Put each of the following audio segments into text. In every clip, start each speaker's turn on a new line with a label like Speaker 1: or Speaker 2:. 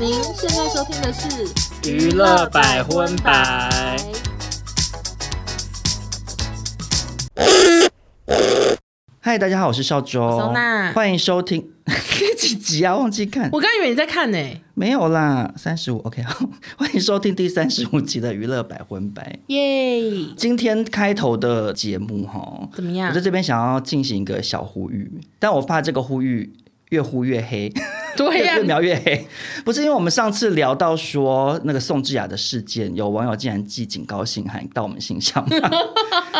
Speaker 1: 您现在收听的是《
Speaker 2: 娱乐百分百》。
Speaker 3: 嗨，大家好，我是邵
Speaker 1: 我是
Speaker 3: 周
Speaker 1: 欧娜，
Speaker 3: 欢迎收听 几集啊？忘记看，
Speaker 1: 我刚以为你在看呢、
Speaker 3: 没有啦，三十五，OK，好， 欢迎收听第三十五集的娱乐百分百。
Speaker 1: 耶！
Speaker 3: 今天开头的节目哈，
Speaker 1: 怎么
Speaker 3: 我
Speaker 1: 样
Speaker 3: 在？这边想要进行一个小呼吁，但我怕这个呼吁越呼越黑，
Speaker 1: 对哎呀、
Speaker 3: 越描越黑。不是因为我们上次聊到说那个宋智雅的事件，有网友竟然寄警告信函到我们信箱 来，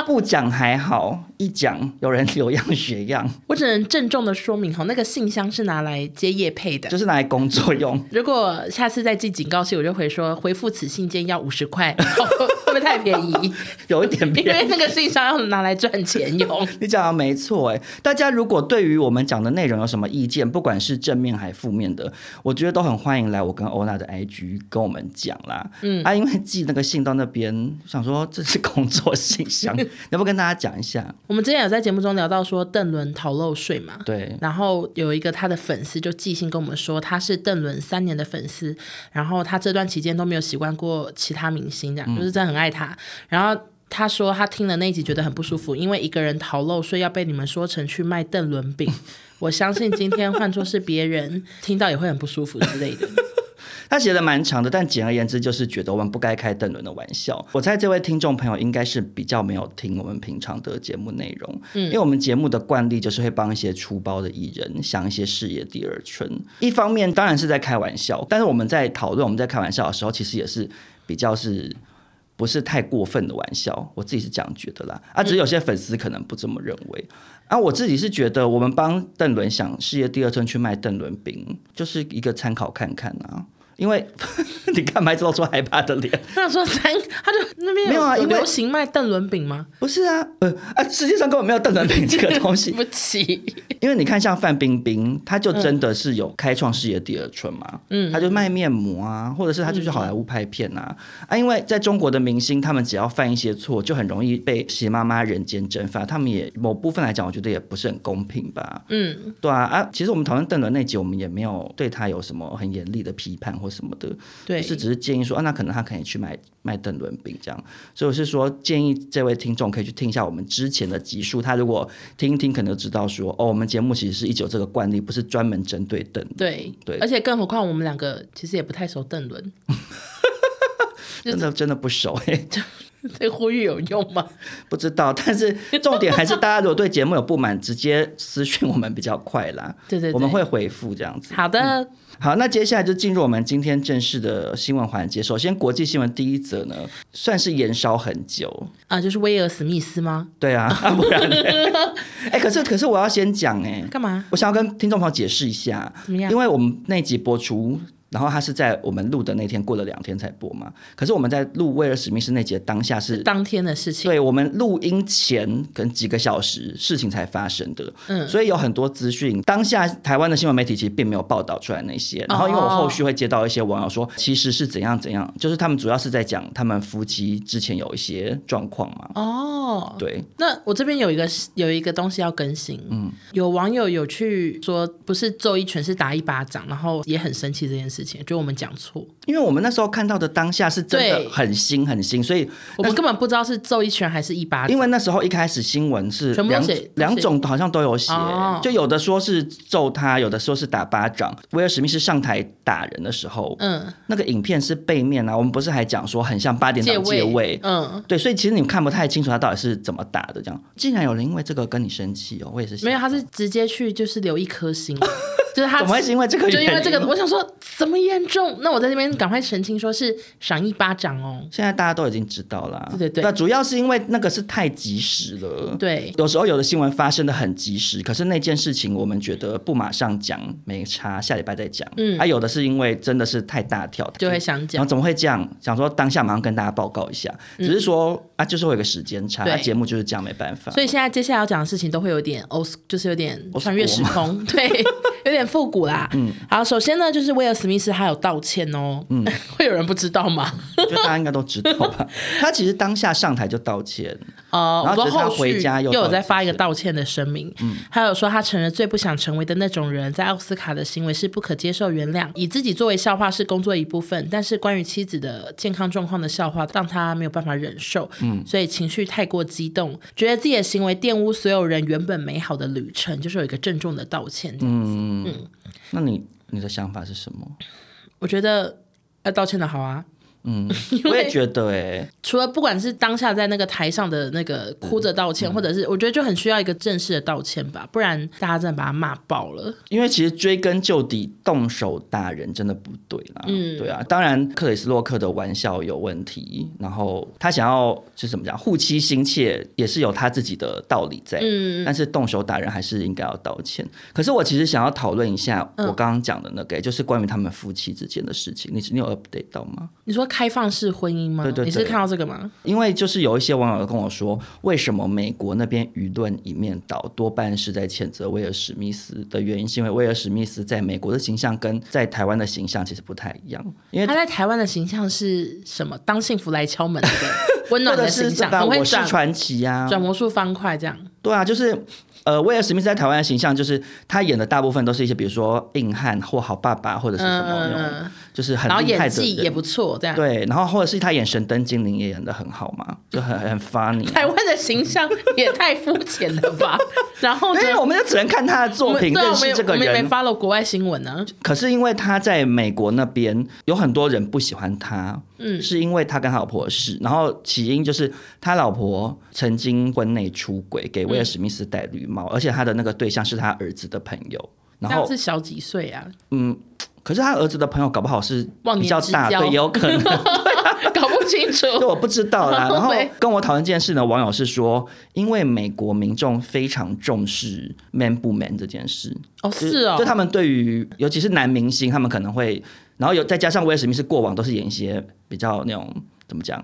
Speaker 3: 不讲还好，一讲有人有样学样，
Speaker 1: 我只能郑重的说明哈，那个信箱是拿来接业配的。
Speaker 3: 就是拿来工作用。
Speaker 1: 如果下次再寄警告信，我就回说回复此信件要五十块， 会不会太便 宜？
Speaker 3: 有一点
Speaker 1: 因为
Speaker 3: 偏。
Speaker 1: 那个信箱要拿来赚钱用。
Speaker 3: 你讲的没错哎，大家如果对于我们讲的内容有什么意见，不管是正面还负面的，我觉得都很欢迎来我跟欧娜的 IG 跟我们讲啦。嗯，啊，因为寄那个信到那边，想说这是工作信 箱，能不能跟大家讲一下？
Speaker 1: 我们之前有在节目中聊到说邓伦逃漏税嘛，
Speaker 3: 对，
Speaker 1: 然后有一个他的粉丝就寄信跟我们说，他是邓伦三年的粉丝，然后他这段期间都没有习惯过其他明星，这样就是真的很爱他。然后他说他听了那一集觉得很不舒服，因为一个人逃漏税要被你们说成去卖邓伦饼， 我相信今天换作是别人听到也会很不舒服之类的。
Speaker 3: 他写的蛮长的，但简而言之就是觉得我们不该开邓伦的玩笑。我猜这位听众朋友应该是比较没有听我们平常的节目内容，嗯，因为我们节目的惯例就是会帮一些出包的艺人想一些事业第二春。一方面当然是在开玩笑，但是我们在讨论我们在开玩笑的时候，其实也是比较是。不是太过分的玩笑，我自己是这样觉得啦。啊，只是有些粉丝可能不这么认为。啊，我自己是觉得我们帮邓伦想事业第二春去卖邓伦饼，就是一个参考看看啊。因为 你干嘛一直露出害怕的脸？
Speaker 1: 他想说三，他就那边
Speaker 3: 没有啊因为
Speaker 1: 流行卖邓伦饼吗？
Speaker 3: 不是啊，呃啊，世界上根本没有邓伦饼这个东
Speaker 1: 对
Speaker 3: 西。
Speaker 1: 不起，
Speaker 3: 因为你看，像范冰冰，她就真的是有开创事业第二春嘛，嗯，她就卖面膜啊，或者是她就去好莱坞拍片啊，
Speaker 1: 嗯
Speaker 3: 啊，因为在中国的明星，他们只要犯一些错，就很容易被习妈妈人间蒸发，他们也某部分来讲，我觉得也不是很公平吧，
Speaker 1: 嗯，
Speaker 3: 对啊，啊，其实我们讨论邓伦那集，我们也没有对他有什么很严厉的批判或什么的，
Speaker 1: 对，
Speaker 3: 是只是建议说，啊，那可能他可以去买卖邓伦饼这样。所以我是说，建议这位听众可以去听一下我们之前的集数，他如果听一听，可能就知道说，哦，我们节目其实是一直有这个惯例，不是专门针对邓伦。
Speaker 1: 对
Speaker 3: 对
Speaker 1: 而且更何况我们两个其实也不太熟邓伦，
Speaker 3: 真的真的不熟哎、
Speaker 1: 这呼吁有用吗？
Speaker 3: 不知道。但是重点还是大家如果对节目有不满，直接私讯我们比较快啦。
Speaker 1: 对对对
Speaker 3: 我们会回复这样子。
Speaker 1: 好的，
Speaker 3: 好，那接下来就进入我们今天正式的新闻环节。首先，国际新闻第一则呢，算是延烧很久，
Speaker 1: 啊，就是威尔史密斯吗？
Speaker 3: 对 啊，啊不然呢？哎、可是可是我要先讲哎、
Speaker 1: 干嘛？
Speaker 3: 我想要跟听众朋友解释一下，
Speaker 1: 怎么样
Speaker 3: 因为我们那集播出，然后它是在我们录的那天过了两天才播嘛。可是我们在录威尔史密斯那集的当下是。
Speaker 1: 当天的事情，
Speaker 3: 对我们录音前可能几个小时，事情才发生的，
Speaker 1: 嗯
Speaker 3: 所以有很多资讯，当下台湾的新闻媒体其实并没有报道出来那
Speaker 1: 哦
Speaker 3: 些。然后因为我后续会接到一些网友说，其实是怎样怎样，就是他们主要是在讲他们夫妻之前有一些状况嘛，
Speaker 1: 哦，
Speaker 3: 对，
Speaker 1: 那我这边有一个有一个东西要更新，嗯，有网友有去说，不是揍一拳是打一巴掌，然后也很生气这件事情，就我们讲错，
Speaker 3: 因为我们那时候看到的当下是真
Speaker 1: 对
Speaker 3: 的很新很新，所以
Speaker 1: 我们根本不知道是揍一拳还是一巴掌，
Speaker 3: 因为那时候一开始新闻是
Speaker 1: 全部都
Speaker 3: 两
Speaker 1: 写都写
Speaker 3: 两种好像都有写，
Speaker 1: 哦
Speaker 3: 就有的说是揍他，有的说是打巴掌。威尔史密斯上台打人的时候，
Speaker 1: 嗯，
Speaker 3: 那个影片是背面啊，我们不是还讲说很像八点
Speaker 1: 借
Speaker 3: 档
Speaker 1: 位，
Speaker 3: 借位。
Speaker 1: 嗯，
Speaker 3: 对，所以其实你看不太清楚他到底是怎么打的，这样竟然有人因为这个跟你生气哦，我也是
Speaker 1: 没有，
Speaker 3: 想
Speaker 1: 他是直接去就是留一颗心， 就是他
Speaker 3: 怎么会是因为这个
Speaker 1: 就
Speaker 3: 原因？
Speaker 1: 因为这个，我想说怎么严重？那我在这边赶快澄清，说是赏一巴掌哦。
Speaker 3: 现在大家都已经知道了啊，
Speaker 1: 对对对
Speaker 3: 那主要是因为那个是太及时了，
Speaker 1: 对，
Speaker 3: 有时候有的新闻发生的很及时，可是那件事情我们觉得不马上讲没差，下礼拜再讲。嗯，啊，有的是因为真的是太大条，
Speaker 1: 就会想讲嗯
Speaker 3: 然后怎么会这样？想说当下马上跟大家报告一下，只是说、啊，就是会有一个时间差，
Speaker 1: 对
Speaker 3: 啊节目就是这样，没办法。
Speaker 1: 所以现在接下来要讲的事情都会有点欧，就是有点
Speaker 3: 欧
Speaker 1: 穿越时 空，对，有点复古啦。嗯，好，首先呢，就是威尔史密斯他有道歉哦， 嗯，会有人不知道吗？
Speaker 3: 就大家应该都知道吧？他其实当下上台就道歉，
Speaker 1: 呃，我
Speaker 3: 然后
Speaker 1: 说
Speaker 3: 只是他
Speaker 1: 后续
Speaker 3: 回家又
Speaker 1: 又有在发一个
Speaker 3: 道歉
Speaker 1: 道歉的声明，
Speaker 3: 嗯
Speaker 1: 还有说他承认最不想成为的那种人，在奥斯卡的行为是不可接受、原谅，以自己作为笑话是工作一部分，但是关于妻子的健康状况的笑话让他没有办法忍受，
Speaker 3: 嗯
Speaker 1: 所以情绪太过激动，觉得自己的行为玷污所有人原本美好的旅程，就是有一个郑重的道歉。
Speaker 3: 嗯那你你的想法是什么？
Speaker 1: 我觉得要道歉的好啊，
Speaker 3: 嗯 我也觉得哎、
Speaker 1: 除了不管是当下在那个台上的那个哭着道
Speaker 3: 嗯
Speaker 1: 歉，或者是我觉得就很需要一个正式的道歉吧，不然大家真的把他骂爆了。
Speaker 3: 因为其实追根究底，动手打人真的不对啦。嗯，对啊，当然克里斯洛克的玩笑有问题，然后他想要就是怎么讲，护妻心切也是有他自己的道理在。嗯，但是动手打人还是应该要道歉。可是我其实想要讨论一下我刚刚讲的那个、就是关于他们夫妻之间的事情，你你有 update 到吗？
Speaker 1: 你说开放式婚姻吗？
Speaker 3: 对对对
Speaker 1: 你是看到这个吗？
Speaker 3: 因为就是有一些网友跟我说，为什么美国那边舆论一面倒，多半是在谴责威尔史密斯的原因，是因为威尔史密斯在美国的形象跟在台湾的形象其实不太一
Speaker 1: 嗯
Speaker 3: 样，因为
Speaker 1: 他在台湾的形象是什么？当幸福来敲门那个 温
Speaker 3: 或
Speaker 1: 暖
Speaker 3: 者
Speaker 1: 的
Speaker 3: 是
Speaker 1: 形象，
Speaker 3: 吧，
Speaker 1: 很会
Speaker 3: 我是
Speaker 1: 转
Speaker 3: 传奇啊，
Speaker 1: 转魔术方块这样。
Speaker 3: 对啊，就是呃，威尔史密斯在台湾的形象就是他演的大部分都是一些比如说硬汉或好爸爸或者是什么那种，
Speaker 1: 嗯，
Speaker 3: 就是很
Speaker 1: 然后
Speaker 3: 厉害
Speaker 1: 演
Speaker 3: 的
Speaker 1: 技
Speaker 3: 人
Speaker 1: 也不错，这样。
Speaker 3: 对，然后或者是他演《神灯精灵》也演的很好嘛，就很很 funny 啊、
Speaker 1: 台湾的形象也太肤浅了吧？ 然后呢
Speaker 3: 因？为哎我们就只能看他的
Speaker 1: 我
Speaker 3: 作
Speaker 1: 们
Speaker 3: 品，
Speaker 1: 对啊，
Speaker 3: 认
Speaker 1: 我们
Speaker 3: 识
Speaker 1: 也
Speaker 3: 这个
Speaker 1: 我们也没
Speaker 3: 人。
Speaker 1: follow 国外新闻啊呢、
Speaker 3: 可是因为他在美国那边有很多人不喜欢他，嗯，是因为他跟他老婆的事，然后起因就是他老婆曾经婚内出轨，给
Speaker 1: 嗯
Speaker 3: 威尔史密斯戴绿帽，而且他的那个对象是他儿子的朋友，
Speaker 1: 啊，
Speaker 3: 然
Speaker 1: 那
Speaker 3: 后
Speaker 1: 是小几岁啊？
Speaker 3: 可是他儿子的朋友搞不好是
Speaker 1: 忘年
Speaker 3: 比较
Speaker 1: 之
Speaker 3: 大，
Speaker 1: 交
Speaker 3: 对，也有可能。
Speaker 1: 搞不清楚。
Speaker 3: 这我不知 道啦。然后
Speaker 1: 对
Speaker 3: 跟我讨论这件事呢，网友是说，因为美国民众非常重视 man 不 man 这件事，
Speaker 1: 哦，
Speaker 3: 就是
Speaker 1: 哦，
Speaker 3: 就他们对于尤其是男明星，他们可能会，然后有再加上威尔史密斯过往都是演一些比较那种怎么讲，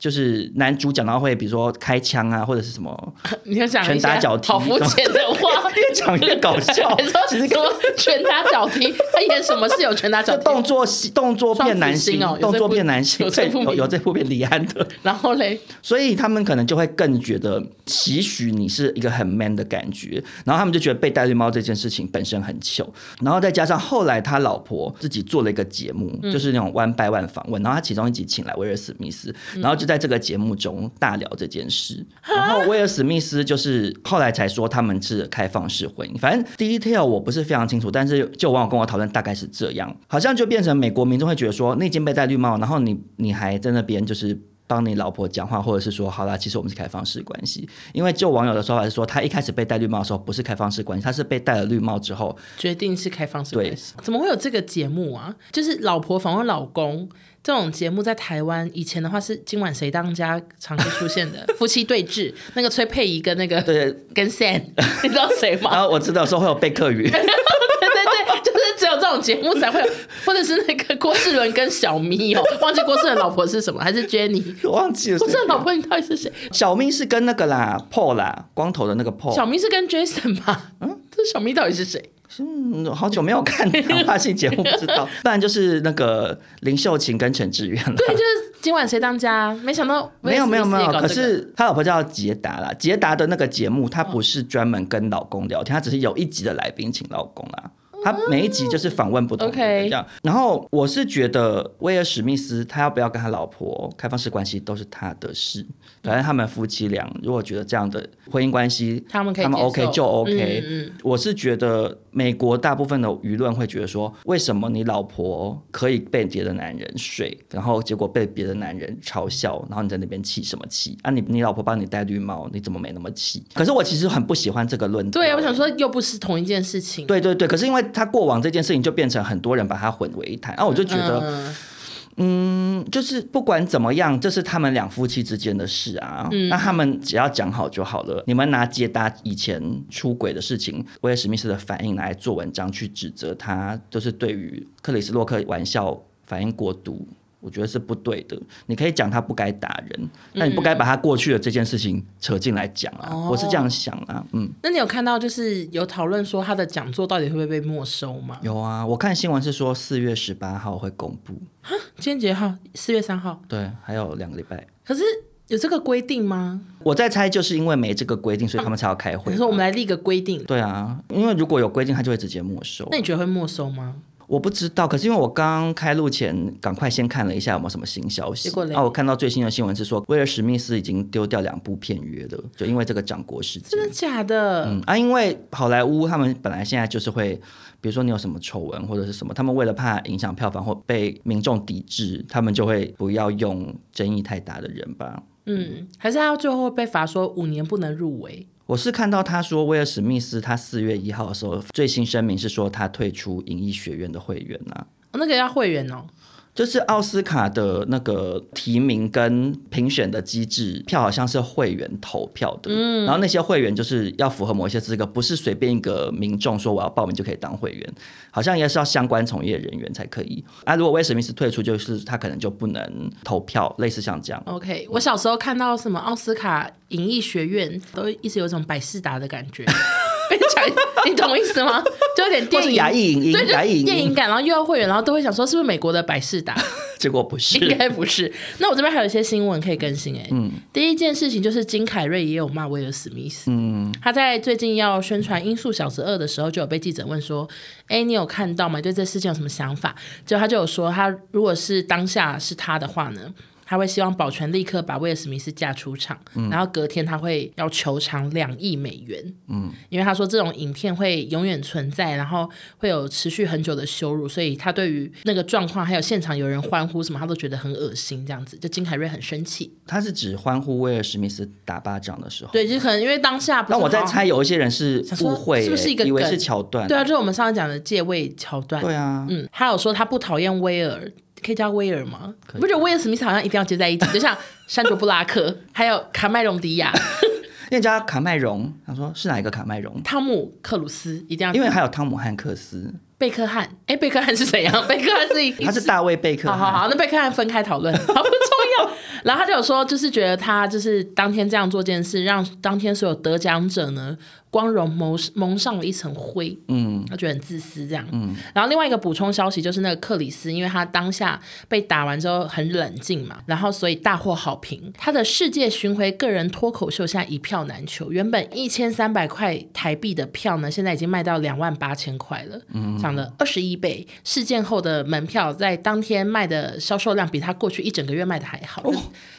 Speaker 3: 就是男主角然后会比如说开枪啊或者是什么，
Speaker 1: 你要讲一
Speaker 3: 拳打
Speaker 1: 下
Speaker 3: 脚踢。
Speaker 1: 好肤浅的话
Speaker 3: 越讲越搞 笑
Speaker 1: 你，说
Speaker 3: 其实
Speaker 1: 什么拳打脚踢？他演什么是有拳打脚
Speaker 3: 就
Speaker 1: 踢？
Speaker 3: 动作戏动作变男星，
Speaker 1: 双子星哦有这
Speaker 3: 动作
Speaker 1: 部
Speaker 3: 变男星，
Speaker 1: 有这部
Speaker 3: 有
Speaker 1: 名
Speaker 3: 有这部片李安的，
Speaker 1: 然后嘞，
Speaker 3: 所以他们可能就会更觉得期许你是一个很 man 的感觉，然后他们就觉得被戴绿帽这件事情本身很糗，然后再加上后来他老婆自己做了一个节目，就是那种 one by one 访问，然后他其中一集请来威尔史密斯，然后就在这个节目中大聊这件事，然后威尔史密斯就是后来才说他们是开放式婚姻，反正 detail 我不是非常清楚，但是就网友跟我讨论大概是这样，好像就变成美国民众会觉得说你已经被戴绿帽，然后你你还在那边就是。帮你老婆讲话，或者是说好啦，其实我们是开放式关系。因为就网友的说法是说，他一开始被戴绿帽的时候不是开放式关系，他是被戴了绿帽之后，
Speaker 1: 决定是开放式
Speaker 3: 对
Speaker 1: 关系。怎么会有这个节目啊？就是老婆访问老公这种节目，在台湾以前的话是《今晚谁当家》常会出现 的夫妻对峙，那个崔佩仪跟那个
Speaker 3: 对
Speaker 1: 跟 Sam，你知道谁吗？
Speaker 3: 然后我知道说会有备 课语，
Speaker 1: 对对对，就是只有这种节目才会有，或者是那个郭世伦跟小咪哦，忘记郭世伦老婆是什么，还是 Jenny，
Speaker 3: 我忘记了。
Speaker 1: 不知道老婆你到底是谁？
Speaker 3: 小咪是跟那个啦，Paul 啦，光头的那个 Paul，
Speaker 1: 小咪是跟 Jason 吧？嗯，这小咪到底是谁？
Speaker 3: 嗯，好久没 有看谈话性节目，不知道。不然就是那个林秀琴跟陈志远了。
Speaker 1: 对，就是今晚谁当家？没想到
Speaker 3: 没有没有没有，
Speaker 1: 搞这
Speaker 3: 可
Speaker 1: 个。
Speaker 3: 是他老婆叫杰达啦，杰达的那个节目，他不是专门跟老公聊天，他只是有一集的来宾请老公啦。他每一集就是访问不同的人
Speaker 1: OK
Speaker 3: 这样。然后我是觉得威尔史密斯他要不要跟他老婆开放式关系都是他的事，反正他们夫妻俩如果觉得这样的婚姻关系
Speaker 1: 他们可以
Speaker 3: 他们
Speaker 1: 接受
Speaker 3: OK 就 OK，、
Speaker 1: 嗯嗯
Speaker 3: 我是觉得美国大部分的舆论会觉得说，为什么你老婆可以被别的男人睡，然后结果被别的男人嘲笑，然后你在那边气什么气啊你？你老婆帮你戴绿帽，你怎么没那么气？可是我其实很不喜欢这个论调。
Speaker 1: 对啊，我想说又不是同一件事情。
Speaker 3: 对对对，可是因为他过往这件事情，就变成很多人把他混为一谈，啊，我就觉得，
Speaker 1: 嗯
Speaker 3: 嗯，就是不管怎么样，这是他们两夫妻之间的事啊，那他们只要讲好就好了。你们拿捷达以前出轨的事情，威尔史密斯的反应拿来做文章去指责他，就是对于克里斯洛克玩笑反应过度。我觉得是不对的。你可以讲他不该打人，但你不该把他过去的这件事情扯进来讲啊。我是这样想啊，嗯。
Speaker 1: 那你有看到就是有讨论说他的讲座到底会不会被没收吗？
Speaker 3: 有啊，我看新闻是说四月十八号会公布，
Speaker 1: 今天几号？四月三号。
Speaker 3: 对，还有两个礼拜。
Speaker 1: 可是有这个规定吗？
Speaker 3: 我在猜，就是因为没这个规定，所以他们才要开
Speaker 1: 你
Speaker 3: 会。
Speaker 1: 说我们来立个规定，
Speaker 3: 对啊，因为如果有规定，他就会直接没收
Speaker 1: 那。你觉得会没收吗？
Speaker 3: 我不知道，可是因为我刚开录前，赶快先看了一下有没有什么新消息。
Speaker 1: 结果嘞
Speaker 3: 啊，我看到最新的新闻是说，威尔史密斯已经丢掉两部片约了，就因为这个掌国事件
Speaker 1: 真。的假的？
Speaker 3: 嗯啊，因为好莱坞他们本来现在就是会，比如说你有什么丑闻或者是什么，他们为了怕影响票房或被民众抵制，他们就会不要用争议太大的人吧。
Speaker 1: 嗯还是他最后会被罚说五年不能入围？
Speaker 3: 我是看到他说，威尔史密斯他四月一号的时候最新声明是说他退出影艺学院的会员啊，
Speaker 1: 哦那个要会员哦，
Speaker 3: 就是奥斯卡的那个提名跟评选的机制，票好像是会员投票的，
Speaker 1: 嗯
Speaker 3: 然后那些会员就是要符合某一些资格，不是随便一个民众说我要报名就可以当会员，好像也是要相关从业人员才可以。啊，如果威尔史密斯退出，就是他可能就不能投票，类似像这样。
Speaker 1: OK，我小时候看到什么奥斯卡影艺学院，都一直有一种百事达的感 觉。跟你讲，你懂意思吗？就有点
Speaker 3: 或
Speaker 1: 电
Speaker 3: 是
Speaker 1: 影，
Speaker 3: 牙医影音，
Speaker 1: 对，
Speaker 3: 牙
Speaker 1: 就
Speaker 3: 医
Speaker 1: 电
Speaker 3: 影
Speaker 1: 影
Speaker 3: 音，
Speaker 1: 感，然后又要会员，然后都会想说是不是美国的百事达？
Speaker 3: 结果不是，
Speaker 1: 应该不是。 那我这边还有一些新闻可以更新哎、嗯，第一件事情就是金凯瑞也有骂威尔史密斯。嗯，他在最近要宣传《音速小子二》的时候，就有被记者问说：“哎、你有看到吗？对这事情有什么想法？”就他就有说，他如果是当下是他的话呢？他会希望保全立刻把威尔史密斯架出场，然后隔天他会要求偿两亿美元。嗯，因为他说这种影片会永远存在，然后会有持续很久的羞辱，所以他对于那个状况还有现场有人欢呼什么，他都觉得很恶心。这样子，就金凯瑞很生气。
Speaker 3: 他是指欢呼威尔史密斯打巴掌的时候。
Speaker 1: 对，就可能因为当下不是
Speaker 3: 那我在
Speaker 1: 好好
Speaker 3: 猜，有一些人是
Speaker 1: 说
Speaker 3: 误会欸、
Speaker 1: 是不是一个
Speaker 3: 以为
Speaker 1: 梗
Speaker 3: 是桥段？
Speaker 1: 对啊，就是我们上次讲的借位桥段。
Speaker 3: 对啊，
Speaker 1: 嗯，他有说他不讨厌威尔，可以叫威尔吗？你不觉得威尔史密斯好像一定要接在一起，就像山卓布拉克，还有卡麦隆迪亚、
Speaker 3: 因为叫他卡麦荣，他说是哪一个卡麦荣？
Speaker 1: 汤姆克鲁斯，一定要
Speaker 3: 因为还有汤姆汉克斯，
Speaker 1: 贝克汉，哎、贝克汉是怎样？贝克汉是一
Speaker 3: 他是大卫贝克
Speaker 1: 好
Speaker 3: 汉。
Speaker 1: 好好，那贝克汉分开讨论， 好不重要。然后他就有说，就是觉得他就是当天这样做这件事，让当天所有得奖者呢光荣蒙蒙上了一层灰。嗯，他觉得很自私这样。嗯，然后另外一个补充消息就是那个克里斯，因为他当下被打完之后很冷静嘛，然后所以大获好评。他的世界巡回个人脱口秀现在一票难求，原本一千三百块台币的票呢，现在已经卖到两万八千块了，涨了二十一倍。事件后的门票在当天卖的销售量比他过去一整个月卖的还好，就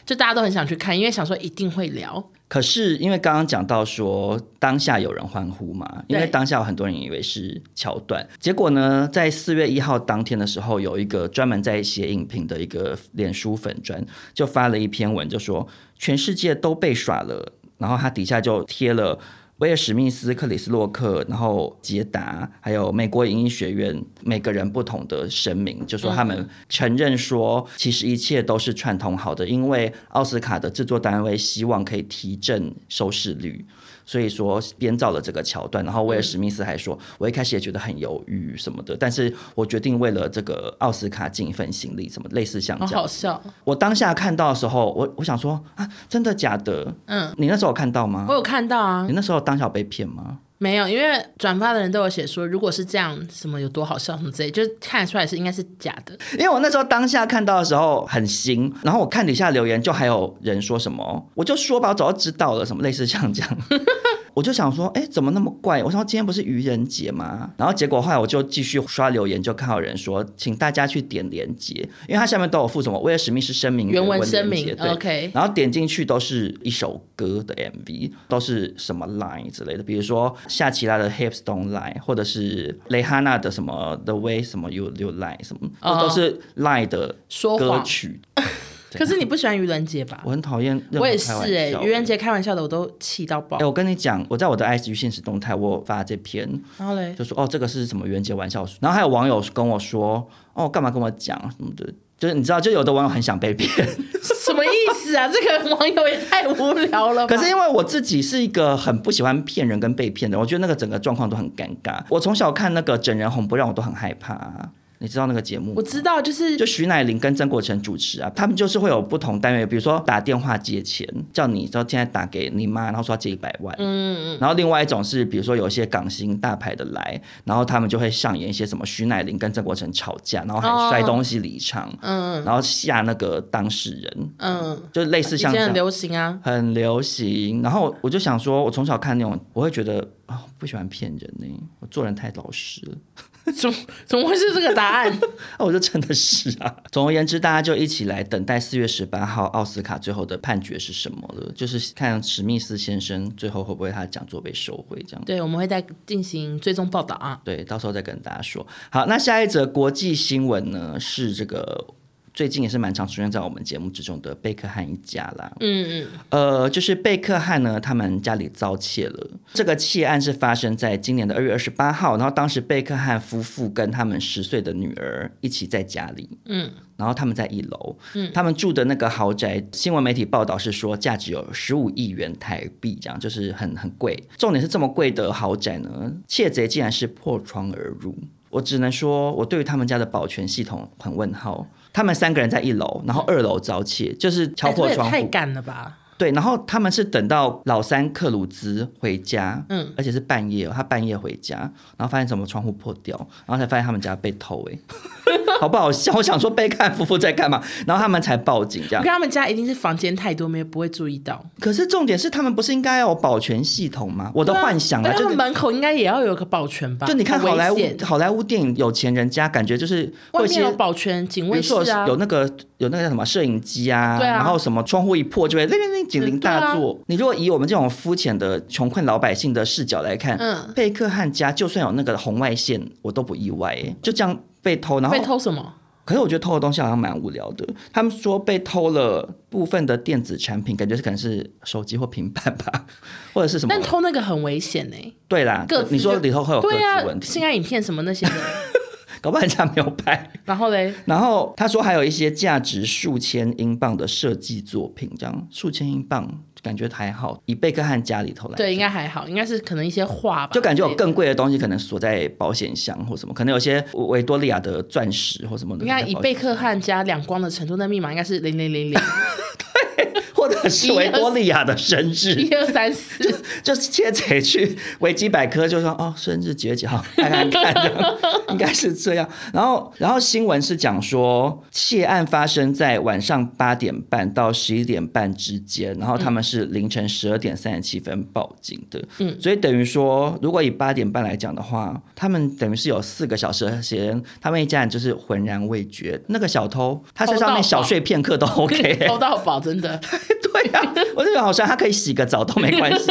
Speaker 1: 就大家都很想去看，因为想说一定会聊。
Speaker 3: 可是因为刚刚讲到说当下有人欢呼嘛，因为
Speaker 1: 对
Speaker 3: 当下有很多人以为是桥段，结果呢，在四月一号当天的时候，有一个专门在写影评的一个脸书粉专就发了一篇文，就说全世界都被耍了，然后他底下就贴了。威尔史密斯、克里斯洛克，然后捷达，还有美国影艺学院，每个人不同的声明，就说他们承认说，其实一切都是串通好的，因为奥斯卡的制作单位希望可以提振收视率，所以说编造了这个桥段。然后威尔史密斯还说，我一开始也觉得很犹豫什么的，但是我决定为了这个奥斯卡尽一份心力，什么类似像
Speaker 1: 好
Speaker 3: 这样
Speaker 1: 好。笑，
Speaker 3: 我当下看到的时候，我我想说啊，真的假的？嗯，你那时候有看到吗
Speaker 1: 我？有看到啊
Speaker 3: 你，那时候当下有被骗吗？
Speaker 1: 没有，因为转发的人都有写说，如果是这样，什么有多好笑什么之类，就是看得出来是应该是假的。
Speaker 3: 因为我那时候当下看到的时候很新，然后我看底下留言，就还有人说什么，我就说吧，我早就知道了，什么类似像这样。 我就想说，哎，怎么那么怪？我想说今天不是愚人节吗？然后结果后来我就继续刷留言，就看到有人说，请大家去点连接，因为它下面都有附什么威尔史密斯声明、
Speaker 1: 原文
Speaker 3: 文
Speaker 1: 声明哦
Speaker 3: 连结对
Speaker 1: OK
Speaker 3: 然后点进去都是一首歌的 MV，都是什么 Line 之类的，比如说夏奇拉的 Hips Don't Lie，或者是蕾哈娜的什么 The Way 什么 You You Lie 什么，
Speaker 1: 哦
Speaker 3: 这都是 Lie 的
Speaker 1: 说
Speaker 3: 歌
Speaker 1: 谎，
Speaker 3: 曲。
Speaker 1: 可是你不喜欢愚人节吧？
Speaker 3: 我很讨厌任何开玩笑，
Speaker 1: 我也是哎、愚人节开玩笑的我都气到爆
Speaker 3: 哎、。我跟你讲，我在我的 IG 现实动态我有发这篇，
Speaker 1: 然后嘞，
Speaker 3: 就说哦，这个是什么愚人节玩笑？然后还有网友跟我说，哦，干嘛跟我讲什么的？就是你知道，就有的网友很想被骗，
Speaker 1: 什么意思啊？这个网友也太无聊了吧。
Speaker 3: 可是因为我自己是一个很不喜欢骗人跟被骗的人，我觉得那个整个状况都很尴尬。我从小看那个整人红不让我都很害怕啊、你知道那个节目吗？
Speaker 1: 我知道，就是
Speaker 3: 就徐乃麟跟曾国成主持啊，他们就是会有不同单元，比如说打电话借钱，叫你说现在打给你妈，然后说要借一百万，嗯嗯，然后另外一种是比如说有一些港星大牌的来，然后他们就会上演一些什么徐乃麟跟曾国成吵架，然后
Speaker 1: 哦
Speaker 3: 还摔东西离场，嗯，然后吓那个当事人，
Speaker 1: 嗯，
Speaker 3: 就类似
Speaker 1: 以
Speaker 3: 像
Speaker 1: 前很
Speaker 3: 这样。
Speaker 1: 流行啊，
Speaker 3: 很流行，然后我就想说，我从小看那种，我会觉得啊、不喜欢骗人呢、我做人太老实了。
Speaker 1: 怎么怎么会是这个答案？
Speaker 3: 啊，我就真的是啊。 总而言之，大家就一起来等待四月十八号奥斯卡最后的判决是什么了，就是看史密斯先生最后会不会他的讲座被收回这样。
Speaker 1: 对，我们会再进行追踪报道啊。
Speaker 3: 对，到时候再跟大家说。好，那下一则国际新闻呢是这个。最近也是蛮常出现在我们节目之中的贝克汉一家啦，
Speaker 1: 嗯嗯，
Speaker 3: 呃，就是贝克汉呢，他们家里遭窃了。这个窃案是发生在今年的二月二十八号，然后当时贝克汉夫妇跟他们十岁的女儿一起在家里，
Speaker 1: 嗯，
Speaker 3: 然后他们在一楼，嗯，他们住的那个豪宅，新闻媒体报道是说价值有十五亿元台币，这样就是很很贵。重点是这么贵的豪宅呢，窃贼竟然是破窗而入。我只能说，我对于他们家的保全系统很问号。他们三个人在一楼，然后二楼遭窃，就是敲
Speaker 1: 哎这
Speaker 3: 破
Speaker 1: 也
Speaker 3: 窗户。
Speaker 1: 太赶了吧？
Speaker 3: 对，然后他们是等到老三克鲁兹回家，
Speaker 1: 嗯
Speaker 3: 嗯，而且是半夜哦，他半夜回家，然后发现什么窗户破掉，然后才发现他们家被偷、欸， 好不好笑？我想说贝克汉夫妇在干嘛，然后他们才报警这
Speaker 1: 我
Speaker 3: 样
Speaker 1: 跟。他们家一定是房间太多，没有不会注意到。
Speaker 3: 可是重点是他们不是应该要有保全系统吗？我的幻想啊，
Speaker 1: 但他
Speaker 3: 就
Speaker 1: 们
Speaker 3: 是。
Speaker 1: 门口应该也要有个保全吧？
Speaker 3: 就你看
Speaker 1: 很危
Speaker 3: 好莱坞
Speaker 1: 险
Speaker 3: 好莱坞电影有钱人家，感觉就是
Speaker 1: 外
Speaker 3: 会
Speaker 1: 面
Speaker 3: 是
Speaker 1: 有保全、警
Speaker 3: 比如
Speaker 1: 卫室
Speaker 3: 说
Speaker 1: 啊
Speaker 3: 有，那个有那个叫什么摄影机啊，
Speaker 1: 对啊
Speaker 3: 然后什么窗户一破就会叮叮叮警铃大
Speaker 1: 嗯
Speaker 3: 作。你如果以我们这种肤浅的穷困老百姓的视角来看，
Speaker 1: 嗯
Speaker 3: 贝克汉家就算有那个红外线，我都不意外、欸，就这样被偷，然后
Speaker 1: 被偷什么？
Speaker 3: 可是我觉得偷的东西好像蛮无聊的。他们说被偷了部分的电子产品，感觉是可能是手机或平板吧，或者是什么
Speaker 1: 但？偷那个很危险呢、
Speaker 3: 对啦
Speaker 1: 各，自
Speaker 3: 你说
Speaker 1: 就
Speaker 3: 里头会有各
Speaker 1: 对啊
Speaker 3: 自问，题，
Speaker 1: 性爱影片什么那些 的。
Speaker 3: 搞不好人家没有拍。
Speaker 1: 然后嘞，
Speaker 3: 然后他说还有一些价值数千英镑的设计作品，这样数千英镑感觉还好，以贝克汉家里头来，
Speaker 1: 对，应该还好，应该是可能一些画吧，
Speaker 3: 就感觉有更贵的东西可能锁在保险箱或什么，可能有些维多利亚的钻石或什么的，
Speaker 1: 应该以贝克汉加两光的程度，那密码应该是零零 零零
Speaker 3: 或者是维多利亚的生 日，
Speaker 1: 一二三四。
Speaker 3: 就是窃贼去维基百科就说哦生日几月几号，看看看，这样应该是这样。然后然后新闻是讲说窃案发生在晚上八点半到十一点半之间，然后他
Speaker 1: 嗯
Speaker 3: 们是凌晨十二点三十七分报警的，嗯，所以等于说如果以八点半来讲的话，他们等于是有四个小时的时间，他们一家人就是浑然未觉。那个小偷他身上
Speaker 1: 偷到
Speaker 3: 那小
Speaker 1: 宝
Speaker 3: 碎片刻都 OK，欸
Speaker 1: 偷到宝，真 的。
Speaker 3: 对呀、我就觉得好像他可以洗个澡都没关 系。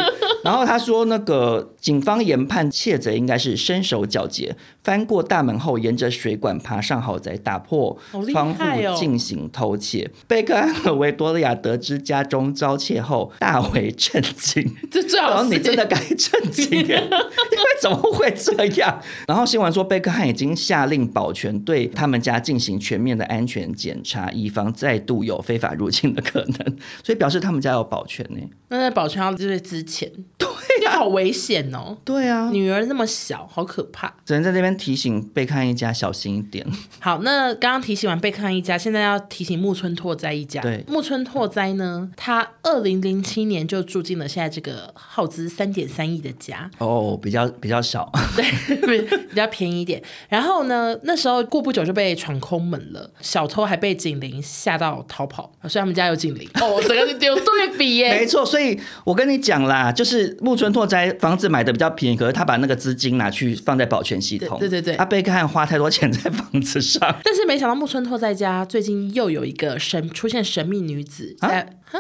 Speaker 3: 然后他说，那个警方研判窃贼应该是身手矫捷，翻过大门后，沿着水管爬上豪宅，打破
Speaker 1: 好厉
Speaker 3: 窗户
Speaker 1: 害哦
Speaker 3: 进行偷窃。贝克汉和维多利亚得知家中遭窃后，大为震惊。
Speaker 1: 这最
Speaker 3: 然
Speaker 1: 好
Speaker 3: 后
Speaker 1: 是
Speaker 3: 你真的该震惊耶， 因为怎么会这样？然后新闻说，贝克汉已经下令保全对他们家进行全面的安全检查，以防再度有非法入侵的可能。 所以表示他们家有保全呢。
Speaker 1: 那在保全要就是之前，
Speaker 3: 啊
Speaker 1: 对呀、好危险哦。
Speaker 3: 对啊，
Speaker 1: 女儿那么小，好可怕。
Speaker 3: 只能在这边提醒贝克汉一家小心一点。
Speaker 1: 好，那刚刚提醒完贝克汉一家，现在要提醒木村拓哉一家。
Speaker 3: 对
Speaker 1: 木村拓哉呢，他二零零七年就住进了现在这个耗资三点三亿的家，
Speaker 3: 哦，比较比较少，
Speaker 1: 对，比较便宜一点。然后呢，那时候过不久就被闯空门了，小偷还被警铃吓到逃跑，所以他们家有警铃。哦，整个有对比耶、
Speaker 3: 没错。所以我跟你讲啦，就是木村拓哉房子买的比较便宜，可是他把那个资金拿去放在保全系统。
Speaker 1: 对对对对
Speaker 3: 他贝克汉花太多钱在房子上。
Speaker 1: 但是没想到木村拓哉家最近又有一个神出现神秘女子
Speaker 3: 啊
Speaker 1: 在， 哈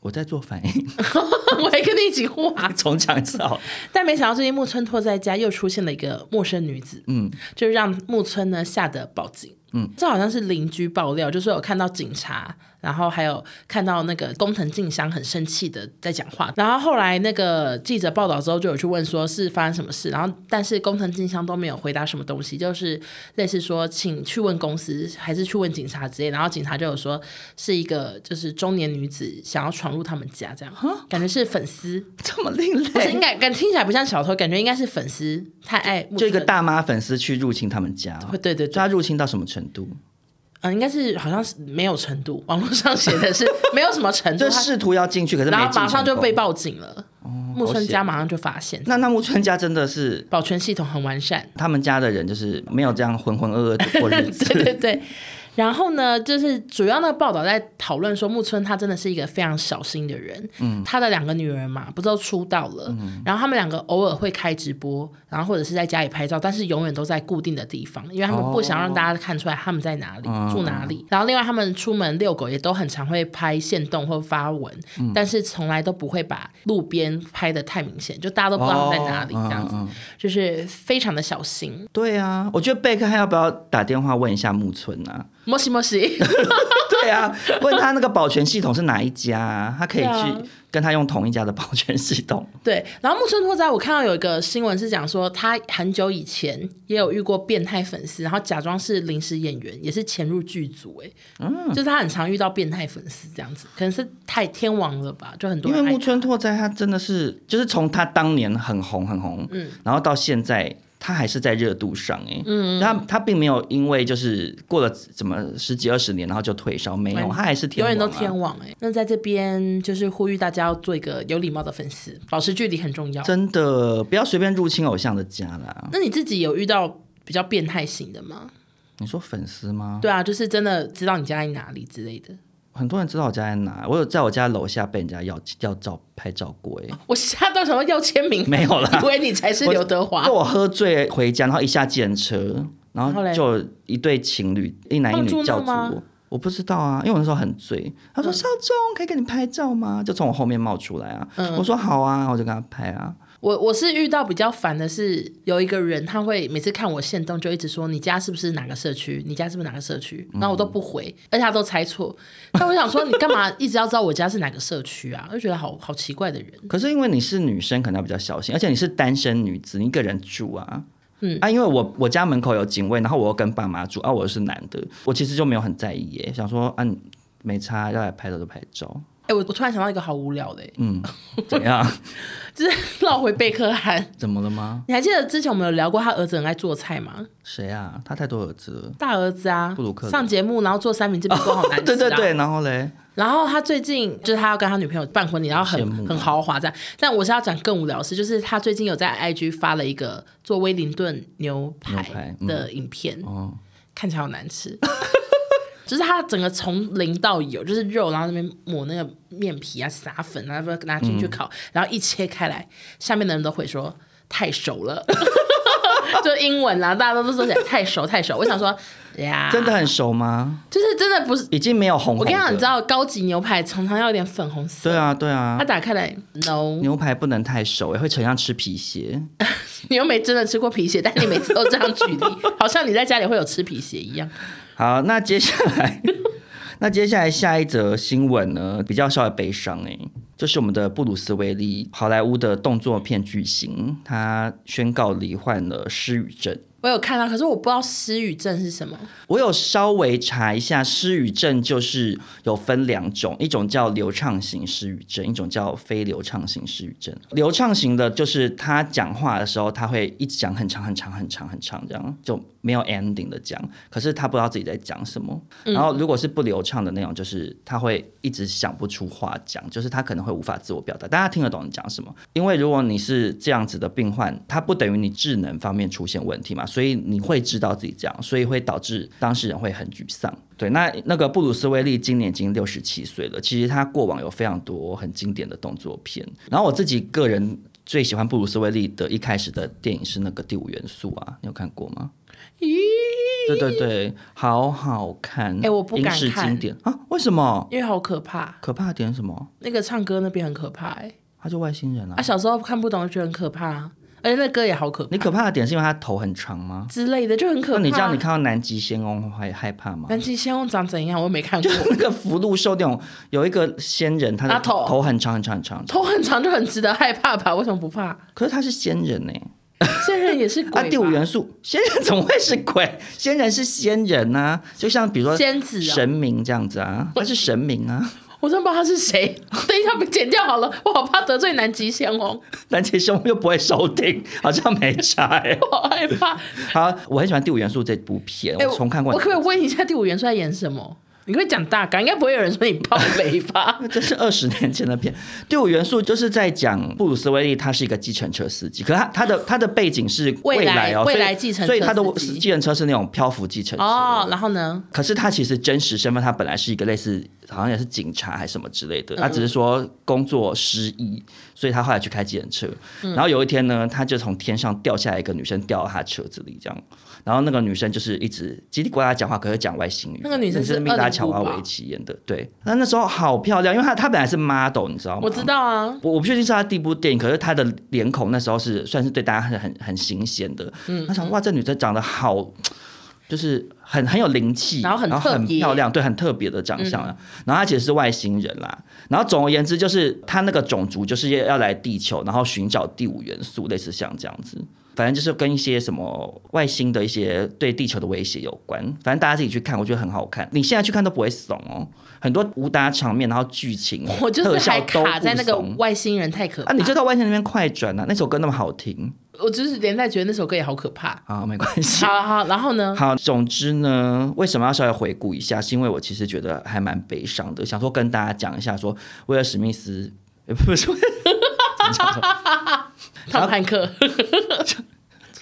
Speaker 3: 我在做反应，
Speaker 1: 我还跟你一起画。
Speaker 3: 重讲一次好了。
Speaker 1: 但没想到最近木村拓哉家又出现了一个陌生女子，嗯，就是让木村呢吓得报警。嗯，这好像是邻居爆料，就是有看到警察，然后还有看到那个工藤静香很生气的在讲话，然后后来那个记者报道之后就有去问说是发生什么事，然后但是工藤静香都没有回答什么东西，就是类似说请去问公司还是去问警察之类，然后警察就有说是一个就是中年女子想要闯入他们家这样，感觉是粉丝，
Speaker 3: 这么另
Speaker 1: 不是应
Speaker 3: 类，
Speaker 1: 该感听起来不像小偷，感觉应该是粉丝太爱慕
Speaker 3: 就一个
Speaker 1: 这
Speaker 3: 大妈粉丝去入侵他们家，
Speaker 1: 对对对
Speaker 3: 就他入侵到什么程度？
Speaker 1: 嗯，应该是好像是没有程度，网络上写的 是没有什么程度，
Speaker 3: 就
Speaker 1: 他
Speaker 3: 试图要进去，可是没
Speaker 1: 然
Speaker 3: 进
Speaker 1: 后马上就
Speaker 3: 成功哦
Speaker 1: 被。报警了。木村
Speaker 3: 好
Speaker 1: 家
Speaker 3: 险
Speaker 1: 马上就发现，
Speaker 3: 那那木村家真的是
Speaker 1: 保全系统很完善。
Speaker 3: 他们家的人，就是没有这样浑浑噩噩的过日 子。
Speaker 1: 对对对。然后呢，就是主要那个报道在讨论说，木村他真的是一个非常小心的人。嗯，他的两个女儿嘛，不是都出道了，
Speaker 3: 嗯
Speaker 1: 然后他们两个偶尔会开直播，然后或者是在家里拍照，但是永远都在固定的地方，因为他们不想让大家看出来他们在哪里、
Speaker 3: 嗯
Speaker 1: 住哪里。然后另外他们出门遛狗也都很常会拍现动或发文，
Speaker 3: 嗯
Speaker 1: 但是从来都不会把路边拍的太明显，就大家都不知道他们在哪里，
Speaker 3: 哦
Speaker 1: 这样子、
Speaker 3: 嗯嗯
Speaker 1: 就是非常的小心。
Speaker 3: 对啊，我觉得贝克汉要不要打电话问一下木村啊？
Speaker 1: 莫西莫西。
Speaker 3: 对啊，问他那个保全系统是哪一家、啊，他可以
Speaker 1: 对啊
Speaker 3: 去跟他用同一家的保全系统。
Speaker 1: 对，然后木村拓哉，我看到有一个新闻是讲说，他很久以前也有遇过变态粉丝，然后假装是临时演员，也是潜入剧组、欸，
Speaker 3: 嗯
Speaker 1: 就是他很常遇到变态粉丝这样子，可能是太天王了吧，就很多
Speaker 3: 因为
Speaker 1: 人爱
Speaker 3: 木村拓哉他真的是，就是从他当年很红很红，
Speaker 1: 嗯
Speaker 3: 然后到现在他还是在热度上哎、嗯，他他并没有因为就是过了怎么十几二十年然后就退烧，没有，
Speaker 1: 嗯
Speaker 3: 他还是天
Speaker 1: 永
Speaker 3: 王、啊，
Speaker 1: 远都天王哎、欸那在这边就是呼吁大家要做一个有礼貌的粉丝，保持距离很重要。
Speaker 3: 真的不要随便入侵偶像的家啦。
Speaker 1: 那你自己有遇到比较变态型的吗？
Speaker 3: 你说粉丝吗？
Speaker 1: 对啊，就是真的知道你家在哪里之类的。
Speaker 3: 很多人知道我家在哪，我有在我家楼下被人家要要照拍照过哎、
Speaker 1: 我吓到想说要签名，
Speaker 3: 没有 啦
Speaker 1: 以为你才是
Speaker 3: 我
Speaker 1: 刘德华
Speaker 3: 就。我喝醉回家，然后一下计程车，然
Speaker 1: 然后
Speaker 3: 后
Speaker 1: 嘞
Speaker 3: 就有一对情侣，一男一
Speaker 1: 他
Speaker 3: 女
Speaker 1: 们住
Speaker 3: 叫
Speaker 1: 那
Speaker 3: 住
Speaker 1: 吗嗯
Speaker 3: 我。我不知道啊，因为我那时候很醉。他说：“少中，可以跟你拍照吗？”就从我后面冒出来啊。
Speaker 1: 嗯
Speaker 3: 我说：“好啊。”然后我就跟他拍啊。
Speaker 1: 我我是遇到比较烦的是，有一个人他会每次看我现动就一直说你家是不是哪个社区，你家是不是哪个社区，
Speaker 3: 嗯
Speaker 1: 然后我都不回，而且他都猜错。 但我想说，你干嘛一直要知道我家是哪个社区啊？我就觉得好好奇怪的人。
Speaker 3: 可是因为你是女生，可能要比较小心，而且你是单身女子，你一个人住啊。嗯啊，因为我我家门口有警卫，然后我又跟爸妈住啊，我又是男的，我其实就没有很在意耶，想说啊你没差，要来拍照就拍照，
Speaker 1: 哎、我我突然想到一个好无聊的、欸
Speaker 3: 嗯， 怎样？
Speaker 1: 就是绕回贝克汉。
Speaker 3: 怎么了吗？
Speaker 1: 你还记得之前我们有聊过他儿子很爱做菜吗？
Speaker 3: 谁啊？他太多儿子了。
Speaker 1: 大儿子啊
Speaker 3: 布鲁克，林
Speaker 1: 上节目然后做三明治，不过好难吃、啊。
Speaker 3: 对对对，然后嘞，
Speaker 1: 然后他最近就是他要跟他女朋友办婚礼，然后
Speaker 3: 羡慕
Speaker 1: 很很豪华这样。但我是要讲更无聊的事，就是他最近有在 IG 发了一个做威灵顿牛
Speaker 3: 嗯
Speaker 1: 排
Speaker 3: 牛排嗯
Speaker 1: 的影片，
Speaker 3: 哦，
Speaker 1: 看起来好难吃。 就是他整个从零到有，就是肉，然后那边抹那个面皮啊、撒粉啊，不知道拿进去烤，
Speaker 3: 嗯
Speaker 1: 然后一切开来，下面的人都会说太熟了， 就英文啦，大家都说起来太熟太熟。我想说呀，
Speaker 3: 真的很熟吗？
Speaker 1: 就是真的不是
Speaker 3: 已经没有红
Speaker 1: 我跟
Speaker 3: 红的
Speaker 1: 你讲，你知道高级牛排常常要有点粉红色，
Speaker 3: 对啊，对啊
Speaker 1: 它，打开来，no，
Speaker 3: 牛排不能太熟，会很像吃皮鞋。
Speaker 1: 你又没真的吃过皮鞋，但你每次都这样举例，好像你在家里会有吃皮鞋一样。
Speaker 3: 好，那接下来， 那接下来下一则新闻呢，比较稍微悲伤哎、就是我们的布鲁斯威利，好莱坞的动作片巨星，他宣告罹患了失语症。
Speaker 1: 我有看到，可是我不知道失语症是什么。
Speaker 3: 我有稍微查一下，失语症就是有分两种，一种叫流畅型失语症，一种叫非流畅型失语症。流畅型的就是他讲话的时候，他会一直讲很长很长很长很长，这样就没有 ending 的讲，可是他不知道自己在讲什么。然后如果是不流畅的那种，就是他会一直想不出话讲，就是他可能会无法自我表达，大家听得懂你讲什么。因为如果你是这样子的病患，它不等于你智能方面出现问题嘛，所以你会知道自己这样，所以会导致当事人会很沮丧。对，那那个布鲁斯威利今年已经六十七岁了，其实他过往有非常多很经典的动作片，然后我自己个人。最喜欢布鲁斯威利的一开始的电影是那个《第五元素》啊，你有看过吗？
Speaker 1: 咦，
Speaker 3: 对对对，好好看。
Speaker 1: 哎我不敢
Speaker 3: 影视
Speaker 1: 看
Speaker 3: 经典啊？为什么？
Speaker 1: 因为好可怕，
Speaker 3: 可怕的点是什么？
Speaker 1: 那个唱歌那边很可怕、欸。
Speaker 3: 他就外星人啊
Speaker 1: 啊，！小时候看不懂就觉得很可怕啊，而且那歌也好可怕
Speaker 3: 你可怕的点是因为他头很长吗？
Speaker 1: 之类的，就很可
Speaker 3: 那
Speaker 1: 怕。
Speaker 3: 你这样，你看到南极仙翁会害怕吗？
Speaker 1: 南极仙翁长怎样？我又没看 过，
Speaker 3: 那个福禄寿那种有一个仙人，他的
Speaker 1: 他头
Speaker 3: 头很长很长很长，
Speaker 1: 头很长就很值得害怕吧？为什么不怕？
Speaker 3: 可是他是仙人呢、
Speaker 1: 仙人也是鬼吧、
Speaker 3: 啊，第五元素，仙人 怎么会是鬼？仙人是仙人呐、就像比如说
Speaker 1: 仙子啊
Speaker 3: 神明这样子啊，他是神明 啊。
Speaker 1: 我真不知道他是谁。 等一下被剪掉好了，我好怕得罪南极哦仙翁，
Speaker 3: 南极仙翁又不会收听，好像没差哎、
Speaker 1: 我好害怕。
Speaker 3: 好，我很喜欢《第五元素》这部片，
Speaker 1: 哎
Speaker 3: 我重看过
Speaker 1: 我
Speaker 3: 很
Speaker 1: 可
Speaker 3: 多
Speaker 1: 不
Speaker 3: 次。？
Speaker 1: 可以问一下第五元素在演什么？你会讲大纲，应该不会有人说你爆雷吧
Speaker 3: 这 是二十年前的片，《第五元素》就是在讲布鲁斯威利，他是一个计程车司机，可他他的他的背景是
Speaker 1: 未来
Speaker 3: 来哦，
Speaker 1: 未
Speaker 3: 所以
Speaker 1: 来计程
Speaker 3: 所以
Speaker 1: 车
Speaker 3: 他的
Speaker 1: 司机
Speaker 3: 计程车是那种漂浮计程车。
Speaker 1: 哦，然后呢？
Speaker 3: 可是他其实真实身份，他本来是一个类似好像也是警察还是什么之类
Speaker 1: 嗯
Speaker 3: 的，他只是说工作失忆，所以他后来去开计程车。
Speaker 1: 嗯
Speaker 3: 然后有一天呢，他就从天上掉下来一个女生掉到他车子里这样，然后那个女生就是一直叽里呱啦讲话，可是讲外星语。
Speaker 1: 那个女生是
Speaker 3: 是密达
Speaker 1: 20
Speaker 3: 乔
Speaker 1: 古
Speaker 3: 瓦
Speaker 1: 吧
Speaker 3: 维奇演的，对。那那时候好漂亮，因为她她本来是 model，你知道吗？
Speaker 1: 我知。道啊，
Speaker 3: 我我不确定是她第一部电影，可是她的脸孔那时候是算是对大家很很很新鲜的。嗯，他想哇，这女生长得好，就是很很有灵气，
Speaker 1: 然后很特别嗯
Speaker 3: 漂亮，对，很特别的长相啊。然后她其实是外星人啦。然后总而言之，就是她那个种族就是要来地球，然后寻找第五元素，类似像这样子。反正就是跟一些什么外星的一些对地球的威胁有关，反正大家自己去看，我觉得很好看。你现在去看都不会怂哦，很多武打场面，然后剧情、
Speaker 1: 我就是
Speaker 3: 特效
Speaker 1: 还
Speaker 3: 都
Speaker 1: 卡
Speaker 3: 不
Speaker 1: 在那个
Speaker 3: 怂
Speaker 1: 外星人太可怕。
Speaker 3: 啊，你就到外星那边快转啊，那首歌那么好听
Speaker 1: 我就是连带觉得那首歌也好可怕。
Speaker 3: 啊，没关 系。
Speaker 1: 好好，然后呢？
Speaker 3: 好，总之呢，为什么要稍微回顾一下？是因为我其实觉得还蛮悲伤的，想说跟大家讲一下说威尔史密斯，呃不是，
Speaker 1: 汤汉克，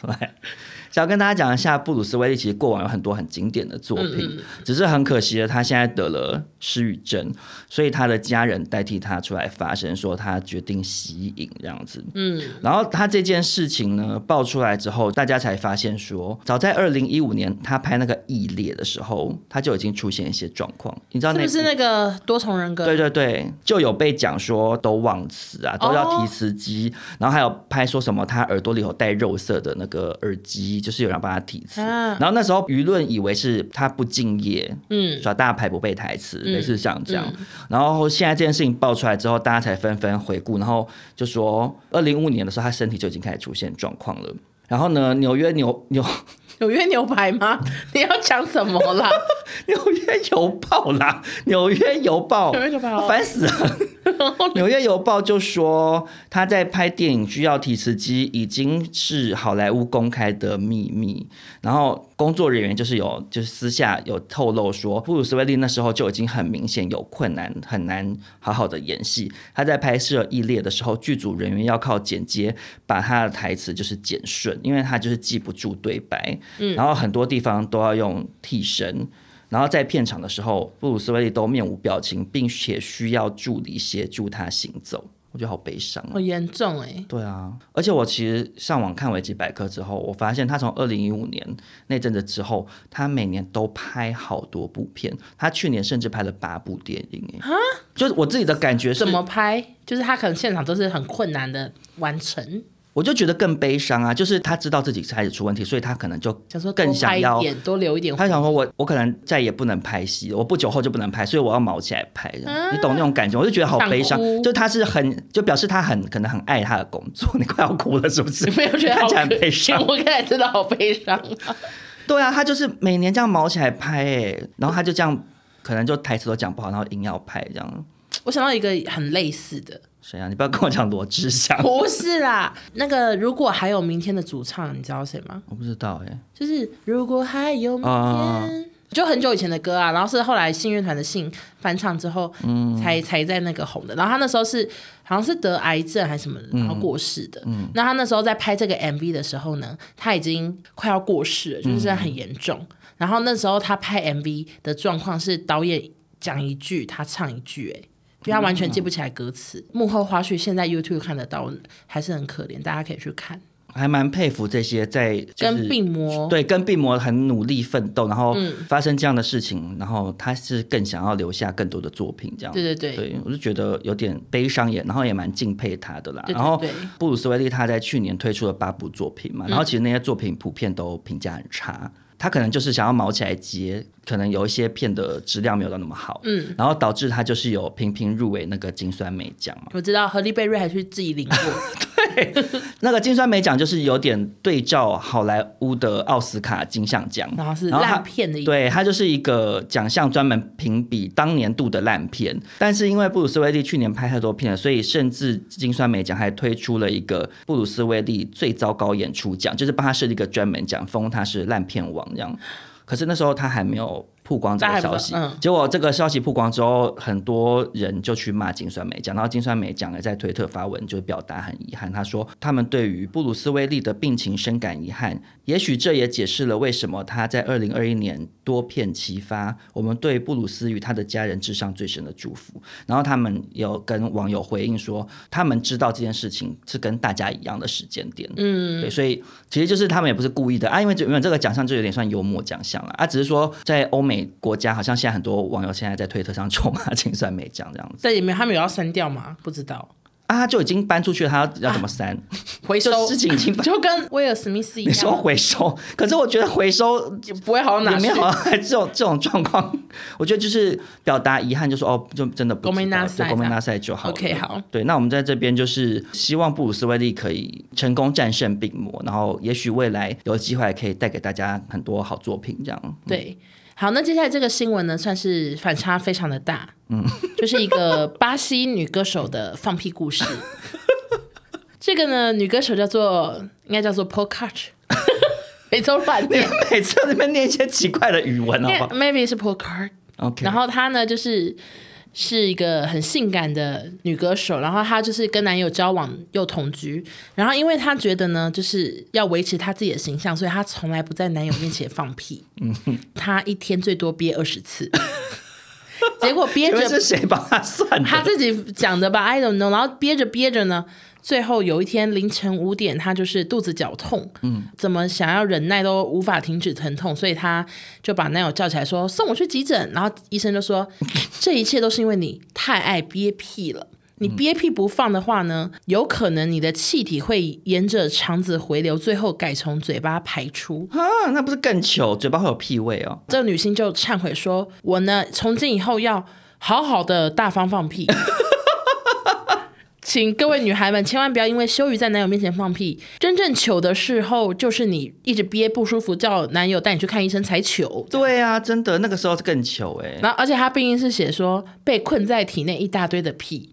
Speaker 3: 来， 想要跟大家讲一下，布鲁斯威利其实过往有很多很经典的作品，
Speaker 1: 嗯
Speaker 3: 只是很可惜的，他现在得了失语症，所以他的家人代替他出来发声，说他决定息影这样子。嗯，然后他这件事情呢爆出来之后，大家才发现说，早在二零一五年他拍那个《异裂》的时候，他就已经出现一些状况，你知道
Speaker 1: 是
Speaker 3: 那
Speaker 1: 不是
Speaker 3: 部
Speaker 1: 那个多重人格？
Speaker 3: 对对对，就有被讲说都忘词
Speaker 1: 哦
Speaker 3: 啊，都要提词机，然后还有拍说什么他耳朵里有带肉色的那个耳机，就是有人帮他提词。
Speaker 1: 啊
Speaker 3: 然后那时候舆论以为是他不敬业，
Speaker 1: 嗯
Speaker 3: 耍大牌不背台词，类似像这样。然后现在这件事情爆出来之后，大家才纷纷回顾，然后就说二零五年的时候他身体就已经开始出现状况了。然后呢，纽约纽纽
Speaker 1: 纽约牛排吗？ 你要讲什么 啦？
Speaker 3: 纽约邮报啦，纽约邮报，
Speaker 1: 纽约邮报
Speaker 3: 烦死了。纽约邮报就说他在拍电影需要提词机，已经是好莱坞公开的秘密。然后工作人员就是有就是私下有透露说，布鲁斯威利那时候就已经很明显有困难，很难好好的演戏。他在拍摄《异列》的时候，剧组人员要靠剪接把他的台词就是剪顺，因为他就是记不住对白，然后很多地方都要用替身。然后在片场的时候，布鲁斯威利都面无表情，并且需要助理协助他行走。我觉得好悲伤、
Speaker 1: 好
Speaker 3: 啊。
Speaker 1: 严重哎、
Speaker 3: 对啊，而且我其实上网看维基百科之后，我发现他从二零一五年那阵子之后，他每年都拍好多部片。他去年甚至拍了八部电影耶。啊，就是我自己的感觉是，
Speaker 1: 怎么拍？就是他可能现场都是很困难的完成，
Speaker 3: 我就觉得更悲伤啊！就是他知道自己开始出问题，所以他可能就
Speaker 1: 想说多
Speaker 3: 更
Speaker 1: 拍
Speaker 3: 想
Speaker 1: 一
Speaker 3: 要
Speaker 1: 点，多留一点。
Speaker 3: 他想说我，我可能再也不能拍戏了，我不久后就不能拍，所以我要毛起来拍这样你懂那种感觉？我就觉得好悲
Speaker 1: 想
Speaker 3: 伤
Speaker 1: 哭，
Speaker 3: 就他是很，就表示他很可能很爱他的工作。 你快要哭了是不是？
Speaker 1: 没有觉得
Speaker 3: 看
Speaker 1: 好
Speaker 3: 起来很
Speaker 1: 可
Speaker 3: 悲
Speaker 1: 怜，
Speaker 3: 伤。
Speaker 1: 我刚才真的好悲伤啊、
Speaker 3: 对啊，他就是每年这样毛起来拍、欸，然后他就这样，可能就台词都讲不好，然后硬要拍这样。
Speaker 1: 我想到一个很类似的，
Speaker 3: 谁啊？你不要跟我讲罗志祥，
Speaker 1: 不是啦，那个如果还有明天的主唱，你知道谁吗？
Speaker 3: 我不知道哎、
Speaker 1: 就是如果还有明天。
Speaker 3: 啊
Speaker 1: 就很久以前的歌啊，然后是后来信乐团的信翻唱之后，
Speaker 3: 嗯
Speaker 1: 才才在那个红的。然后他那时候是好像是得癌症还是什么的，然后过世的。
Speaker 3: 嗯
Speaker 1: 那他那时候在拍这个 MV 的时候呢，他已经快要过世
Speaker 3: 嗯
Speaker 1: 了，就是真的很严重。然后那时候他拍 MV 的状况是导演讲一句，他唱一句、欸，哎，因为他完全记不起来歌词。幕后花絮现在 YouTube 看得到，还是很可怜，大家可以去看。
Speaker 3: 还蛮佩服这些在、就是、
Speaker 1: 跟病魔
Speaker 3: 对跟病魔很努力奋斗，然后发生这样的事情，然后他是更想要留下更多的作品，这样
Speaker 1: 对对对
Speaker 3: 对我就觉得有点悲伤也，然后也蛮敬佩他的啦。
Speaker 1: 对对
Speaker 3: 然后
Speaker 1: 对嗯
Speaker 3: 布鲁斯威利他在去年推出了八部作品嘛，然后其实那些作品普遍都评价很差。他可能就是想要毛起来接，可能有一些片的质量没有到那么好，嗯，然后导致他就是有频频入围那个金酸梅奖嘛，
Speaker 1: 我知道何丽贝瑞还去自己领过，
Speaker 3: 那个金酸梅奖就是有点对照好莱坞的奥斯卡金像奖，
Speaker 1: 然后是
Speaker 3: 它
Speaker 1: 烂片的一
Speaker 3: 对，它就是一个奖项专门评比当年度的烂片。但是因为布鲁斯威利去年拍太多片了，所以甚至金酸梅奖还推出了一个布鲁斯威利最糟糕演出奖，就是帮他设立一个专门奖，封他是烂片王这样。可是那时候他还没有曝光这
Speaker 1: 他
Speaker 3: 个
Speaker 1: 还不
Speaker 3: 消
Speaker 1: 知
Speaker 3: 息，
Speaker 1: 道嗯
Speaker 3: 结果这个消息曝光之后，很多人就去骂金酸梅奖，然后金酸梅奖也在推特发文，就表达很遗憾。他说他们对于布鲁斯威利的病情深感遗憾，也许这也解释了为什么他在二零二一年多片齐发。我们对布鲁斯与他的家人致上最深的祝福。然后他们有跟网友回应说，他们知道这件事情是跟大家一样的时间点，嗯，对，所以其实就是他们也不是故意的啊，因为原本这个奖项就有点算幽默奖项了啊，只是说在欧美国家，好像现在很多网友现在在推特上臭骂金酸梅奖这样子
Speaker 1: 在里面，他们有要删掉吗？不知道，
Speaker 3: 啊，他就已经搬出去了，他要要怎么删？
Speaker 1: 回收
Speaker 3: 就事情已经 搬。
Speaker 1: 就跟威尔史密斯一
Speaker 3: 你
Speaker 1: 样，
Speaker 3: 说回收，可是我觉得回收
Speaker 1: 就不会好到
Speaker 3: 里
Speaker 1: 哪去
Speaker 3: 面。好像还啊 这种这种状况，我觉得就是表达遗憾，就说哦，就真的不
Speaker 1: ごめ
Speaker 3: 知
Speaker 1: んな
Speaker 3: 道，
Speaker 1: さい
Speaker 3: 就我们拉赛就好了。
Speaker 1: OK，好。
Speaker 3: 对，那我们在这边就是希望布鲁斯威利可以成功战胜病魔，然后也许未来有机会还可以带给大家很多好作品，这样。
Speaker 1: 对，好，那接下来这个新闻呢，算是反差非常的大，嗯，就是一个巴西女歌手的放屁故 事。这个呢，女歌手叫做应该叫做 p o c a t 每周乱念
Speaker 3: 每次在那边念一些奇怪的语文，好不
Speaker 1: ，maybe 是 p o c a t
Speaker 3: 好？OK，
Speaker 1: 嗯然后她呢，就是是一个很性感的女歌手，然后她就是跟男友交往又同居，然后因为她觉得呢，就是要维持她自己的形象，所以她从来不在男友面前放屁，她一天最多憋二十次， 结果憋
Speaker 3: 因为
Speaker 1: 着
Speaker 3: 是谁帮他算的？
Speaker 1: 她自己讲的吧，I don't know。然后憋着憋着呢，最后有一天凌晨五点，她就是肚子绞痛，嗯，怎么想要忍耐都无法停止疼痛，所以她就把男友叫起来说送我去急诊。然后医生就说，这一切都是因为你太爱憋屁了。你憋屁不放的话呢，有可能你的气体会沿着肠子回流，最后改从嘴巴排出。
Speaker 3: 啊，那不是更糗？嘴巴会有屁味哦。
Speaker 1: 这个女星就忏悔说：“我呢，从今以后要好好的大方放屁。” 请各位女孩们千万不要因为羞于在男友面前放屁，真正糗的时候就是你一直憋不舒服，叫男友带你去看医生才糗。
Speaker 3: 对啊，真的，那个时候是更糗哎、
Speaker 1: 然后，而且她病因是写说被困在体内一大堆的屁，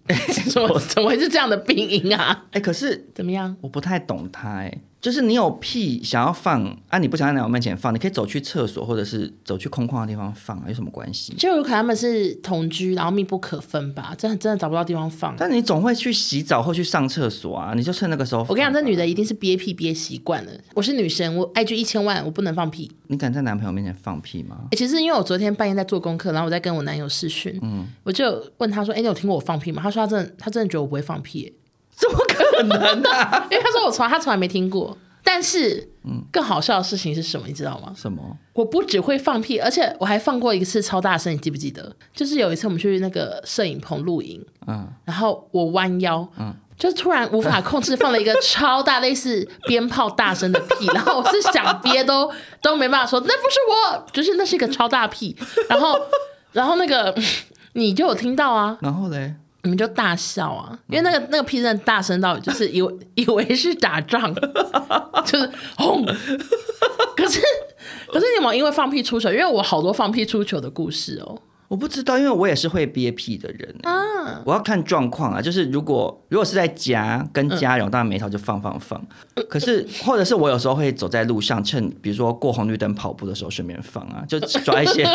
Speaker 1: 怎么怎么会是这样的病因啊？
Speaker 3: 哎、可是
Speaker 1: 怎么样？
Speaker 3: 我不太懂他哎、就是你有屁想要放啊，你不想在男友面前放，你可以走去厕所或者是走去空旷的地方放啊，有什么关系？
Speaker 1: 就有可能他们是同居，然后密不可分吧，真的真的找不到地方放。
Speaker 3: 但你总会去洗澡或去上厕所啊，你就趁那个时候。
Speaker 1: 我跟你讲，这女，的一定是憋屁憋习惯了。我是女生，我 IG 一千万，我不能放屁。
Speaker 3: 你敢在男朋友面前放屁吗？
Speaker 1: 欸其实因为我昨天半夜在做功课，然后我在跟我男友视讯，
Speaker 3: 嗯
Speaker 1: 我就问他说：“哎、你有听过我放屁吗？”他说：“他真的，他真的觉得我不会放屁、欸
Speaker 3: 怎么可能啊？ 嗯
Speaker 1: 因为他说我从他从来没听过。但是，更好笑的事情是什么？你知道吗？
Speaker 3: 什么？
Speaker 1: 我不只会放屁，而且我还放过一次超大声，你记不记得？就是有一次我们去那个摄影棚露营，
Speaker 3: 嗯，
Speaker 1: 然后我弯腰，就突然无法控制放了一个超大类似鞭炮大声的屁，然后我是想憋都都没办法说，那不是我，就是那是一个超大屁， 然后然后那个你就有听到啊，
Speaker 3: 然后嘞，
Speaker 1: 你们就大笑啊，因为那个那个屁真的大声到就是以为以为是打仗， 就是轰。可是可是你有没有因为放屁出糗？因为我好多放屁出糗的故事哦。
Speaker 3: 我不知道，因为我也是会憋屁的人、啊。我要看状况啊，就是如果如果是在家跟家人，我当然没头就放放放。可是或者是我有时候会走在路上，趁比如说过红绿灯跑步的时候顺便放 啊，就抓一些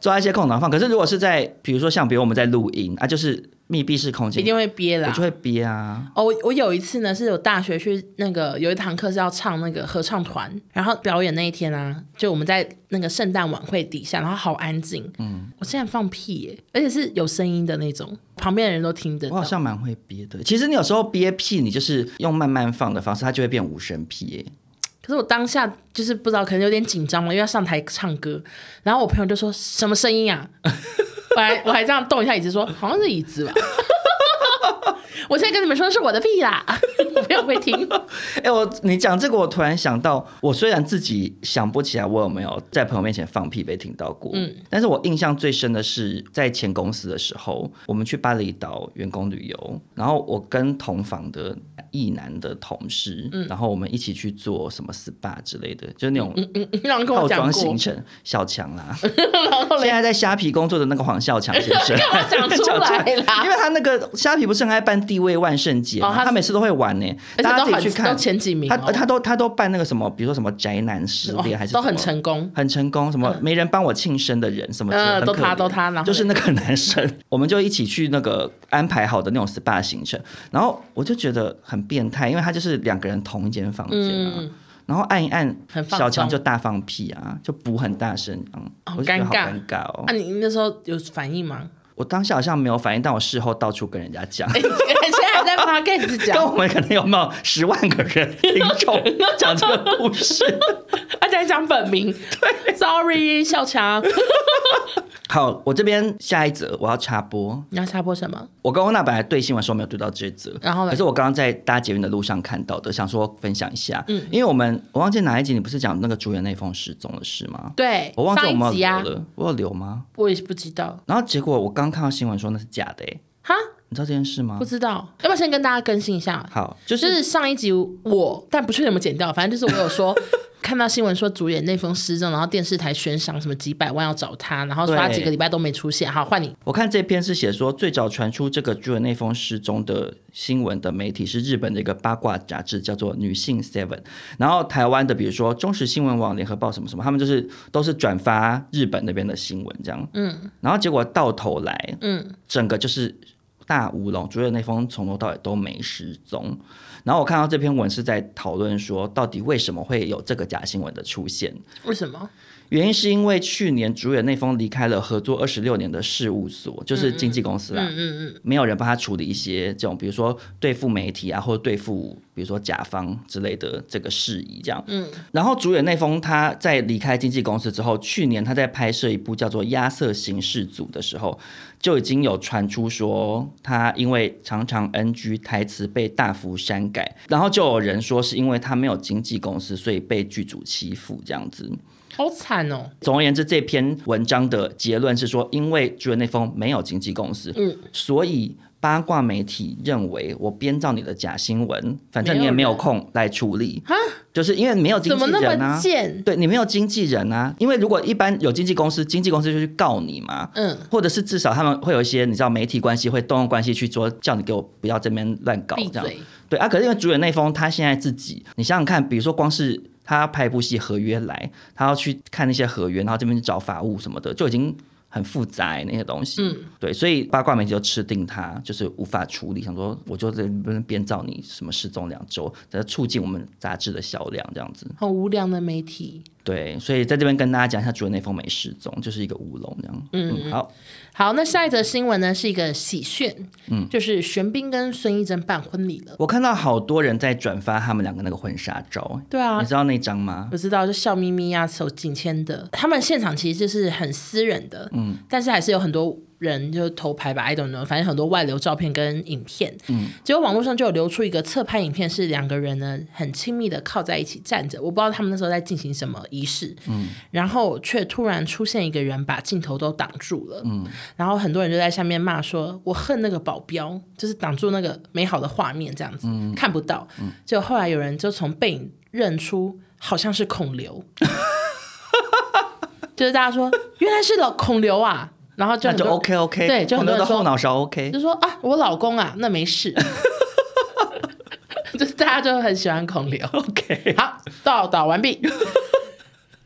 Speaker 3: 抓一些空档放。可是如果是在比如说像比如我们在录音啊，就是。密闭式空
Speaker 1: 一
Speaker 3: 间，
Speaker 1: 定会憋
Speaker 3: 我
Speaker 1: 啦
Speaker 3: 就。会憋啊。
Speaker 1: 哦，我我有一次呢，是有大学去那个有一堂课是要唱那个合唱团，然后表演那一天啊，就我们在那个圣诞晚会底下，然后好安静，嗯，我竟然放屁耶，而且是有声音的那种，旁边的人都听得
Speaker 3: 我好
Speaker 1: 到。
Speaker 3: 像蛮会憋的。其实你有时候憋屁，你就是用慢慢放的方式，它就会变无声屁耶、
Speaker 1: 可是我当下就是不知道，可能有点紧张嘛，因为要上台唱歌，然后我朋友就说什么声音啊？我还我还这样动一下椅子说，好像是椅子吧。 我现在跟你们说是我的屁啦， 我朋友会听。
Speaker 3: 哎、我你讲这个，我突然想到，我虽然自己想不起来我有没有在朋友面前放屁被听到过，嗯，但是我印象最深的是在前公司的时候，我们去巴厘岛员工旅游，然后我跟同房的异男的同事，然后我们一起去做什么 SPA 之类的，就是那种
Speaker 1: 嗯你老公跟
Speaker 3: 套
Speaker 1: 我讲
Speaker 3: 装
Speaker 1: 过
Speaker 3: 行，程，小强啦，
Speaker 1: 然后
Speaker 3: 现
Speaker 1: 嘞，
Speaker 3: 在在虾皮工作的那个黄孝强先生。
Speaker 1: 干嘛讲出来
Speaker 3: 因
Speaker 1: 啦？
Speaker 3: 为他那个虾皮不是很爱办地位万圣节嘛、
Speaker 1: 哦他
Speaker 3: 他每次都会玩呢、
Speaker 1: 而且
Speaker 3: 大家
Speaker 1: 都
Speaker 3: 自
Speaker 1: 很
Speaker 3: 己去看
Speaker 1: 都。前几名
Speaker 3: 他
Speaker 1: 哦、
Speaker 3: 他都他都办那个什么，比如说什么宅男失
Speaker 1: 哦
Speaker 3: 恋还是
Speaker 1: 都
Speaker 3: 什么
Speaker 1: 很成功。
Speaker 3: 很成功，什么没人帮我庆生的人什么之类的，
Speaker 1: 嗯
Speaker 3: 很
Speaker 1: 都
Speaker 3: 可
Speaker 1: 他
Speaker 3: 怜
Speaker 1: 都他然后
Speaker 3: 就是
Speaker 1: 嘞
Speaker 3: 那个男生， 我们就一起去那个安排好的那种 SPA 行程，然后我就觉得很变态，因为他就是两个人同一间房间啊，
Speaker 1: 嗯，
Speaker 3: 然后按一按
Speaker 1: 很，放
Speaker 3: 小强
Speaker 1: 松
Speaker 3: 就大放屁啊，就补很大声，嗯，
Speaker 1: 好
Speaker 3: 我就觉
Speaker 1: 尴
Speaker 3: 得好
Speaker 1: 尬
Speaker 3: 尴尬哦
Speaker 1: 那、，啊你那时候有反应吗？
Speaker 3: 我当下好像没有反应，但我事后到处跟人家讲。
Speaker 1: 你现在还在 podcast
Speaker 3: 跟
Speaker 1: 讲，
Speaker 3: 我们可能有没有十万个人听 众讲这个故事？
Speaker 1: 而且还讲本 名。Sorry，小强，
Speaker 3: 好，我这边下一则我要插播。
Speaker 1: 你要插播什么？
Speaker 3: 我跟欧娜本来对新闻说没有对到这则，
Speaker 1: 然后呢
Speaker 3: 可是我刚刚在搭捷运的路上看到的，想说分享一下。嗯，因为我们我忘记哪一集你不是讲那个竹原内丰失踪的事吗？
Speaker 1: 对，
Speaker 3: 我忘记
Speaker 1: 上
Speaker 3: 我们
Speaker 1: 一集
Speaker 3: 有
Speaker 1: 啊
Speaker 3: 留，了，我有留吗？
Speaker 1: 我也是不知道。
Speaker 3: 然后结果我刚看到新闻说那是假的、欸，
Speaker 1: 哈，
Speaker 3: 你知道这件事吗
Speaker 1: 不？知道，要不要先跟大家更新一下？
Speaker 3: 好，就
Speaker 1: 就是是上一集我，但不确定有没有剪掉，反正就是我有说 看到新闻说主演那封失踪，然后电视台悬赏什么几百万要找他，然后说他
Speaker 3: 对
Speaker 1: 几个礼拜都没出现。好，换你。
Speaker 3: 我看这篇是写说，最早传出这个巨人内丰失踪的新闻的媒体是日本的一个八卦杂志，叫做《女性 Seven》。然后台湾的，比如说中时新闻网、联合报什么什么，他们就是都是转发日本那边的新闻这样。嗯。然后结果到头来，嗯，整个就是大乌龙，竹野内丰从头到尾都没失踪。然后我看到这篇文是在讨论说，到底为什么会有这个假新闻的出现？
Speaker 1: 为什么？
Speaker 3: 原因是因为去年主演内丰离开了合作二十六年的事务所，就是经纪公司啦，
Speaker 1: 嗯嗯
Speaker 3: 没有人帮他处理一些这种，比如说对付媒体啊，或者对付比如说甲方之类的这个事宜这样。嗯，然后主演内丰他在离开经纪公司之后，去年他在拍摄一部叫做《亚瑟刑事组》的时候，就已经有传出说他因为常常 NG 台词被大幅删改，然后就有人说是因为他没有经纪公司，所以被剧组欺负这样子。
Speaker 1: 嗯，好惨哦。
Speaker 3: 总而言之，这篇文章的结论是说，因为巨人内丰没有经纪公司，
Speaker 1: 嗯
Speaker 3: 所以八卦媒体认为我编造你的假新闻，反正你也没有空来处理，就是因为没有经
Speaker 1: 怎
Speaker 3: 纪
Speaker 1: 么那
Speaker 3: 人
Speaker 1: 么
Speaker 3: 啊。
Speaker 1: 贱？
Speaker 3: 对你没有经纪人啊，因为如果一般有经纪公司，经纪公司就去告你嘛，
Speaker 1: 嗯，
Speaker 3: 或者是至少他们会有一些你知道媒体关系会动用关系去说叫你给我不要这边乱搞
Speaker 1: 闭
Speaker 3: 这样，
Speaker 1: 嘴！
Speaker 3: 对啊，可是因为主演内丰他现在自己，你想想看，比如说光是他拍一部戏合约来，他要去看那些合约，然后这边去找法务什么的，就已经很复杂、欸、那些东西。嗯，对，所以八卦媒体就吃定他，就是无法处理，想说我就在那边编造你什么失踪两周，在促进我们杂志的销量这样子。
Speaker 1: 好无良的媒体。
Speaker 3: 对，所以在这边跟大家讲一下，主演内丰没失踪，就是一个乌龙这样。嗯，好，
Speaker 1: 好，那下一则新闻呢是一个喜讯，嗯，就是玄彬跟孙艺珍办婚礼了。
Speaker 3: 我看到好多人在转发他们两个那个婚纱照、欸
Speaker 1: 对啊
Speaker 3: 你，知道那张吗？
Speaker 1: 我知道，就笑眯眯啊，手紧牵的。他们现场其实就是很私人的，嗯，但是还是有很多人就偷拍吧，I don't know，反正很多外流照片跟影片，嗯，结果网络上就有流出一个侧拍影片，是两个人呢很亲密的靠在一起站着，我不知道他们那时候在进行什么仪式，嗯，然后却突然出现一个人把镜头都挡住了，嗯，然后很多人就在下面骂说，我恨那个保镖，就是挡住那个美好的画面这样子，
Speaker 3: 嗯
Speaker 1: 看不到，就后来有人就从背影认出好像是孔刘。 就是大家说原来是老孔刘啊，然后就
Speaker 3: 那
Speaker 1: 很
Speaker 3: 就
Speaker 1: 多
Speaker 3: OK OK，
Speaker 1: 对，就很多
Speaker 3: 的
Speaker 1: 人
Speaker 3: 后
Speaker 1: 说
Speaker 3: 脑勺 OK，
Speaker 1: 就说啊，我老公啊，那没事， 就是大家就很喜欢孔刘。
Speaker 3: OK，
Speaker 1: 好，报道完毕，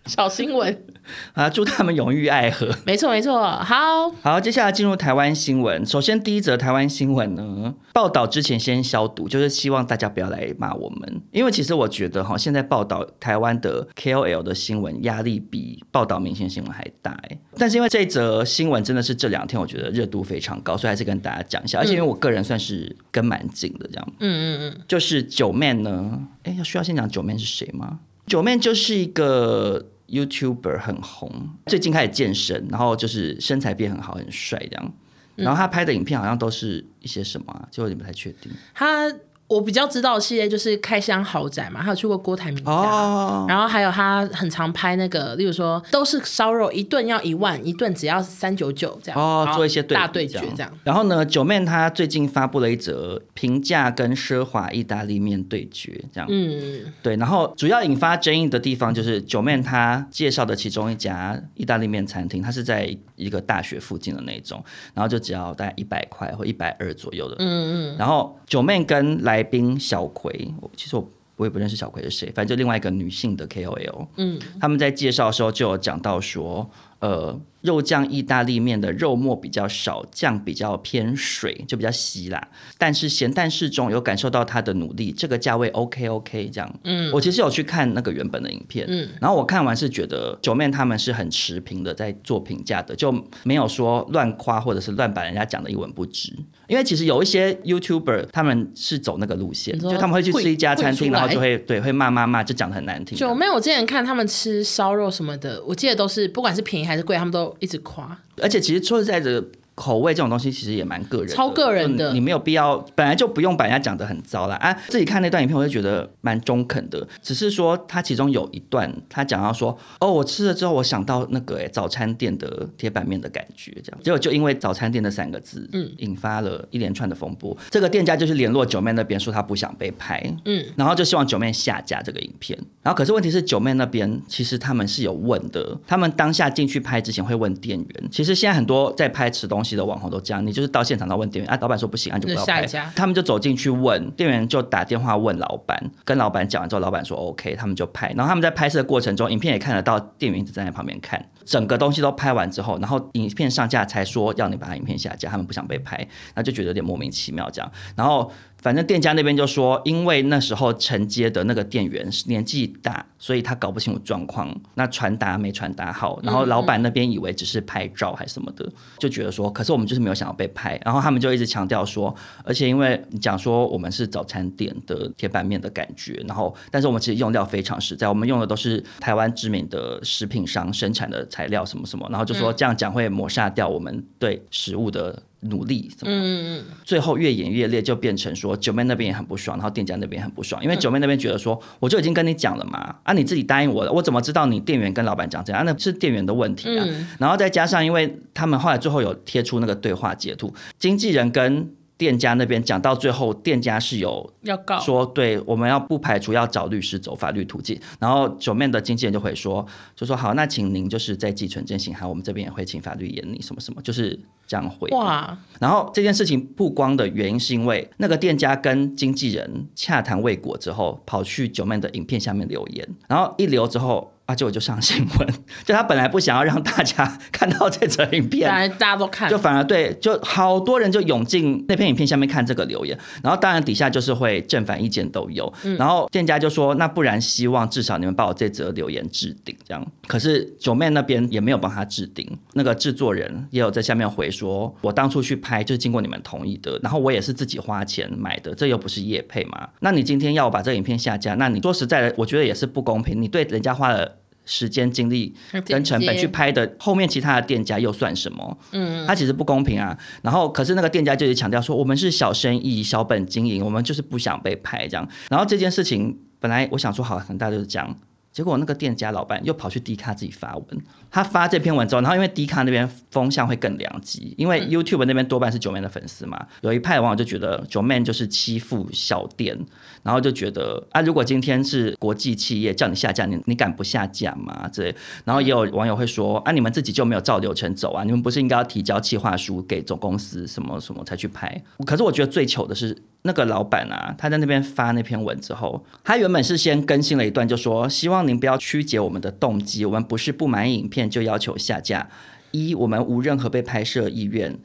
Speaker 1: 小新闻。
Speaker 3: 啊，祝他们永浴爱河。
Speaker 1: 没错没错，好，嗯
Speaker 3: 好，接下来进入台湾新闻。首先，第一则台湾新闻呢，报道之前先消毒，就是希望大家不要来骂我们，因为其实我觉得哈，现在报道台湾的 KOL 的新闻压力比报道明星新闻还大哎。但是因为这则新闻真的是这两天我觉得热度非常高，所以还是跟大家讲一下。而且因为我个人算是跟蛮紧的这样，
Speaker 1: 嗯嗯嗯，
Speaker 3: 就是九妹呢，哎，需要先讲九妹是谁吗？九妹就是一个 YouTuber 很红，最近开始健身，然后就是身材变很好，很帅这样。然后他拍的影片好像都是一些什么、啊，就有点不太确定。
Speaker 1: 他我比较知道的系列就是开箱豪宅嘛，他有去过郭台铭家。
Speaker 3: 哦，
Speaker 1: 然后还有他很常拍那个，例如说都是烧肉，一顿要一万，一顿只要三九九这样。
Speaker 3: 哦
Speaker 1: 然，后
Speaker 3: 做一些对比
Speaker 1: 大对决这样。。
Speaker 3: 然后呢，九妹她最近发布了一则平价跟奢华意大利面对决，这样。
Speaker 1: 嗯，
Speaker 3: 对，然后主要引发争议的地方就是九妹她介绍的其中一家意大利面餐厅，它是在一个大学附近的那种，然后就只要大概一百块或一百二左右的。嗯嗯。然后九妹跟来宾小葵，我其实我。我也不认识小葵是谁，反正就另外一个女性的 KOL，嗯，他们在介绍的时候就有讲到说，呃，肉酱意大利面的肉末比较少，酱比较偏水，就比较稀啦。但是咸淡适中，有感受到他的努力，这个价位 OK OK 这样。嗯，我其实有去看那个原本的影片，嗯，然后我看完是觉得九妹他们是很持平的在做评价的，就没有说乱夸或者是乱把人家讲的一文不值。因为其实有一些 YouTuber 他们是走那个路线，
Speaker 1: 你说
Speaker 3: 就他们会去吃一家餐
Speaker 1: 跪跪
Speaker 3: 厅，
Speaker 1: 出来
Speaker 3: 然后就会对会骂骂骂，就讲的很难听。啊
Speaker 1: 九妹，我之前看他们吃烧肉什么的，我记得都是不管是便宜还是贵，他们都一直夸。
Speaker 3: 而且其实说实在的，口味这种东西其实也蛮个人的，
Speaker 1: 超个人的
Speaker 3: 就你你没有必要，本来就不用把人家讲的很糟啦。啊，自己看那段影片，我就觉得蛮中肯的。只是说他其中有一段，他讲到说，哦，我吃了之后，我想到那个、欸、早餐店的铁板面的感觉，这样。结果就因为早餐店的三个字，嗯，引发了一连串的风波。这个店家就是联络九妹那边说他不想被拍，嗯，然后就希望九妹下架这个影片。然后可是问题是九妹那边其实他们是有问的，他们当下进去拍之前会问店员。其实现在很多在拍吃东西的网红都这样，你就是到现场要问店员，啊，老板说不行，啊你就不要
Speaker 1: 那下
Speaker 3: 拍
Speaker 1: 一家。
Speaker 3: 他们就走进去问店员，就打电话问老板，跟老板讲完之后，老板说 OK，他们就拍。然后他们在拍摄的过程中，影片也看得到，店员一直站在旁边看。整个东西都拍完之后，然后影片上架才说要你把影片下架，他们不想被拍，那就觉得有点莫名其妙这样。然后反正店家那边就说，因为那时候承接的那个店员是年纪大，所以他搞不清楚状况，那传达没传达好，然后老板那边以为只是拍照还是什么的，就觉得说，可是我们就是没有想要被拍，然后他们就一直强调说，而且因为你讲说我们是早餐店的铁板面的感觉，然后但是我们其实用料非常实在，我们用的都是台湾知名的食品商生产的材料什么什么，然后就说这样讲会抹杀掉我们对食物的努力什么的
Speaker 1: 嗯嗯
Speaker 3: 最后越演越烈，就变成说九妹那边也很不爽，然后店家那边也很不爽，因为九妹那边觉得说，我就已经跟你讲了嘛，啊你自己答应我了，我怎么知道你店员跟老板讲这样？啊那是店员的问题
Speaker 1: 嗯
Speaker 3: 啊。然后再加上，因为他们后来最后有贴出那个对话截图，经纪人跟店家那边讲到最后，店家是有
Speaker 1: 要告。
Speaker 3: 说对，我们要不排除要找律师走法律途径。然后九妹的经纪人就会说，就说好，那请您就是在寄存真信函，我们这边也会请法律严你什么什么，就是这样回。
Speaker 1: 哇，
Speaker 3: 然后这件事情曝光的原因是因为那个店家跟经纪人洽谈未果之后，跑去九妹的影片下面留言，然后一留之后。啊！结果就上新闻， 就他本来不想要让大家 看到这则影
Speaker 1: 本
Speaker 3: 片，
Speaker 1: 来大家都看
Speaker 3: 就，反而对，就好多人就涌进那篇影片下面看这个留言，然后当然底下就是会正反意见都有，然后店家就说，那不然希望至少你们把我这则留言置顶，这样。可是九妹那边也没有帮他置顶，那个制作人也有在下面回说，我当初去拍就是经过你们同意的，然后我也是自己花钱买的，这又不是业配嘛。那你今天要我把这个影片下架，那你说实在的，我觉得也是不公平，你对人家花了。时间、精力跟成本去拍的，后面其他的店家又算什么？嗯，它其实不公平啊。然后，可是那个店家就是强调说，我们是小生意、小本经营，我们就是不想被拍这样。然后这件事情本来我想说好，很大就是这样。结果那个店家老板又跑去迪卡自己发文，他发这篇文之后，然后因为迪卡那边风向会更两极，因为 YouTube 那边多半是九妹的粉丝嘛，有一派网友就觉得九妹就是欺负小店，然后就觉得啊，如果今天是国际企业叫你下架，你你敢不下架吗？之类。然后也有网友会说啊，你们自己就没有照流程走啊，你们不是应该要提交企划书给总公司什么什么才去拍？可是我觉得最糗的是那个老板啊，他在那边发那篇文之后，他原本是先更新了一段，就说希望你。您不要曲解我们的动机，我们不是不满意影片就要求下架。一，我们无任何被拍摄意愿。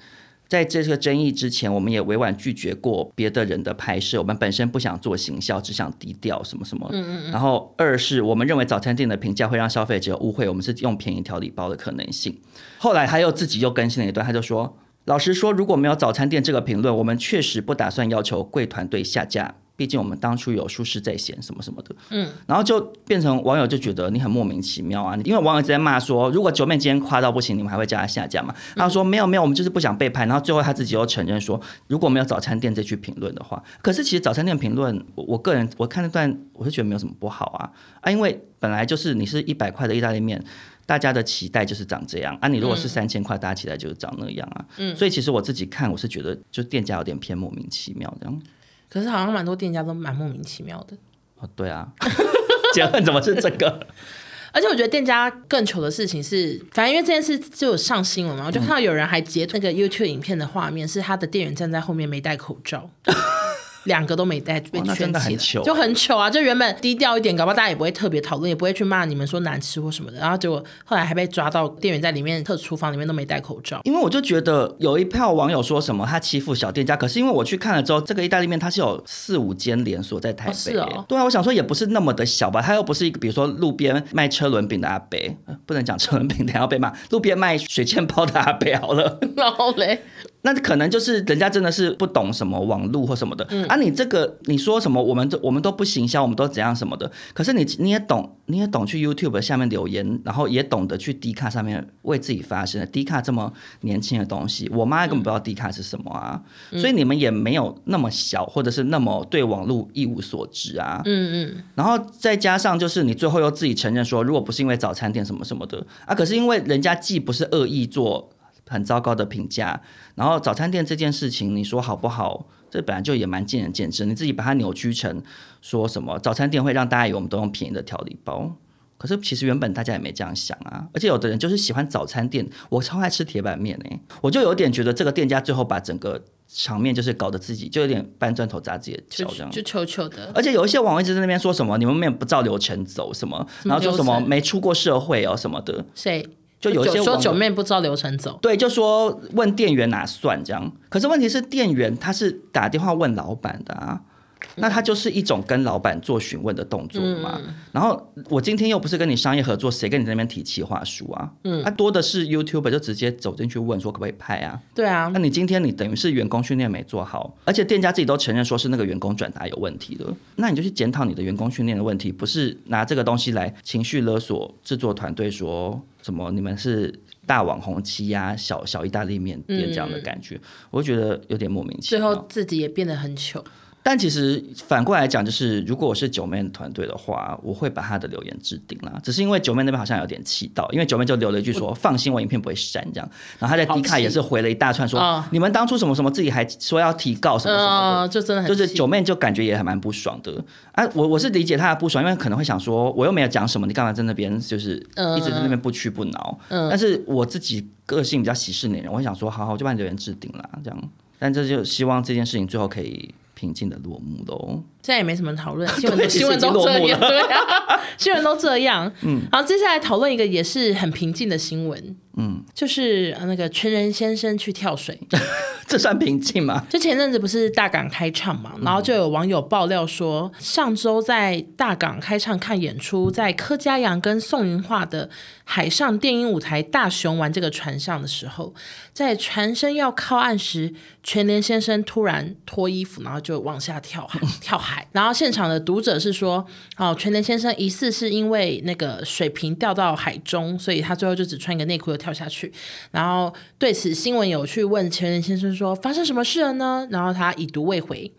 Speaker 3: 在这个争议之前，我们也委婉拒绝过别的人的拍摄。我们本身不想做行销，只想低调什么什么。嗯嗯然后二是我们认为早餐店的评价会让消费者误会我们是用便宜调理包的可能性。后来他又自己又更新了一段，他就说：“老实说，如果没有早餐店这个评论，我们确实不打算要求贵团队下架。毕竟我们当初有舒适在先什么什么的。”嗯。然后就变成网友就觉得你很莫名其妙啊，因为网友一直在骂说，如果九妹今天夸到不行，你们还会叫她下架吗？他说没有没有，我们就是不想被拍。然后最后他自己又承认说，如果没有早餐店这句评论的话，可是其实早餐店评论，我我个人我看那段，我是觉得没有什么不好啊啊，因为本来就是你是一百块的意大利面。大家的期待就是长这样啊！你如果是三千块，大家期待就是长那样啊。所以其实我自己看，我是觉得就店家有点偏莫名其妙这样。
Speaker 1: 可是好像蛮多店家都蛮莫名其妙的，
Speaker 3: 哦，对啊， 结论怎么是这个？
Speaker 1: 而且我觉得店家更糗的事情是，反正因为这件事就有上新闻嘛，我
Speaker 3: 嗯
Speaker 1: 就看到有人还截那个 YouTube 影片的画面，是他的店员站在后面没戴口 罩。两个都没戴，被
Speaker 3: 哇那
Speaker 1: 圈
Speaker 3: 真的很
Speaker 1: 起
Speaker 3: 糗
Speaker 1: 来，就很糗啊！就原本低调一点，搞不好大家也不会特别讨论，也不会去骂你们说难吃或什么的。然后结果后来还被抓到，店员在里面特厨房里面都没戴口 罩。
Speaker 3: 因为我就觉得有一票网友说什么他欺负小店家，可是因为我去看了之后，这个意大利面它是有四五间连锁在台北、
Speaker 1: 哦是哦
Speaker 3: 对啊，我想说也不是那么的小吧，他又不是一个比如说路边卖车轮饼的阿伯，呃不能讲车轮饼，等一下要被骂，路边卖水煎包的阿伯好了。
Speaker 1: 然后嘞，
Speaker 3: 那可能就是人家真的是不懂什么网络或什么的、啊！你这个你说什么，我们都我们都不行销，我们都怎样什么的。可是你你也懂，你也懂去 YouTube 下面留言，然后也懂得去 D 卡上面为自己发声。D 卡这么年轻的东西，我妈根本不知道 D 卡是什么啊，所以你们也没有那么小，或者是那么对网络一无所知啊。
Speaker 1: 嗯嗯，
Speaker 3: 然后再加上就是你最后又自己承认说，如果不是因为早餐店什么什么的啊，可是因为人家既不是恶意做很糟糕的评价，然后早餐店这件事情，你说好不好？这本来就也蛮见仁见智，你自己把它扭曲成说什么早餐店会让大家以为我们都用便宜的调理包。可是其实原本大家也没这样想啊，而且有的人就是喜欢早餐店，我超爱吃铁板面诶、我就有点觉得这个店家最后把整个场面就是搞得自己就有点搬砖头砸自己的
Speaker 1: 就
Speaker 3: 脚这样。
Speaker 1: 就糗糗的。
Speaker 3: 而且有一些网友一直在那边说什么你们没有不照流程走什么，
Speaker 1: 什么
Speaker 3: 然后说什么
Speaker 1: 流程
Speaker 3: 没出过社会哦什么的，
Speaker 1: 谁？
Speaker 3: 就有一些
Speaker 1: 说
Speaker 3: 网
Speaker 1: 九
Speaker 3: 友
Speaker 1: 妹不知道流程走，
Speaker 3: 对，就说问店员哪算这样。可是问题是店员他是打电话问老板的啊。那他就是一种跟老板做询问的动作嘛。
Speaker 1: 嗯
Speaker 3: 然后我今天又不是跟你商业合作，谁跟你在那边提企划书啊？嗯，啊多的是 YouTube 就直接走进去问说可不可以拍啊？
Speaker 1: 对啊
Speaker 3: 那，你今天你等于是员工训练没做好，而且店家自己都承认说是那个员工转达有问题的，那你就去检讨你的员工训练的问题，不是拿这个东西来情绪勒索制作团队说什么你们是大网红期呀、小小意大利面店这样的感觉，我就觉得有点莫名其
Speaker 1: 嗯最
Speaker 3: 妙。
Speaker 1: 后自己也变得很糗。
Speaker 3: 但其实反过来讲，就是如果我是九妹的团队的话，我会把她的留言置顶啦。只是因为九妹那边好像有点气到，因为九妹就留了一句说：“放心，我影片不会删。”这样，然后她在
Speaker 1: 好
Speaker 3: 迪卡
Speaker 1: 气
Speaker 3: 也是回了一大串说：“
Speaker 1: 哦
Speaker 3: 你们当初什么什么，自己还说要提告什么什么的。
Speaker 1: 嗯，就真的很
Speaker 3: 就是
Speaker 1: 气
Speaker 3: 九妹就感觉也还蛮不爽的啊，我
Speaker 1: 嗯
Speaker 3: 我是理解她的不爽，因为可能会想说，我又没有讲什么，你干嘛在那边就是
Speaker 1: 嗯
Speaker 3: 一直在那边不屈不挠？
Speaker 1: 嗯
Speaker 3: 但是我自己个性比较息事宁人，我会想说，好好，我就把你留言置顶啦，这样。但这就希望这件事情最后可以平静的落幕喽。
Speaker 1: 现在也没什么讨论，新闻
Speaker 3: 对
Speaker 1: 都
Speaker 3: 其实
Speaker 1: 新闻
Speaker 3: 已经
Speaker 1: 都
Speaker 3: 落
Speaker 1: 这
Speaker 3: 幕
Speaker 1: 样，
Speaker 3: 了
Speaker 1: 对啊， 新闻都这样。嗯，然后接下来讨论一个也是很平静的新闻，嗯，就是呃那个全人先生去跳水。
Speaker 3: 这算平静吗？
Speaker 1: 就前阵子不是大港开唱嘛，然后就有网友爆料说，上周在大港开唱看演出，在柯嘉阳跟宋云桦的海上电音舞台大熊玩这个船上的时候，在船身要靠岸时，全联先生突然脱衣服，然后就往下跳海，跳海。然后现场的读者是说，哦，全联先生疑似是因为那个水瓶掉到海中，所以他最后就只穿一个内裤就跳下去。然后对此新闻有去问全联先生说发生什么事了呢？然后他已读未回。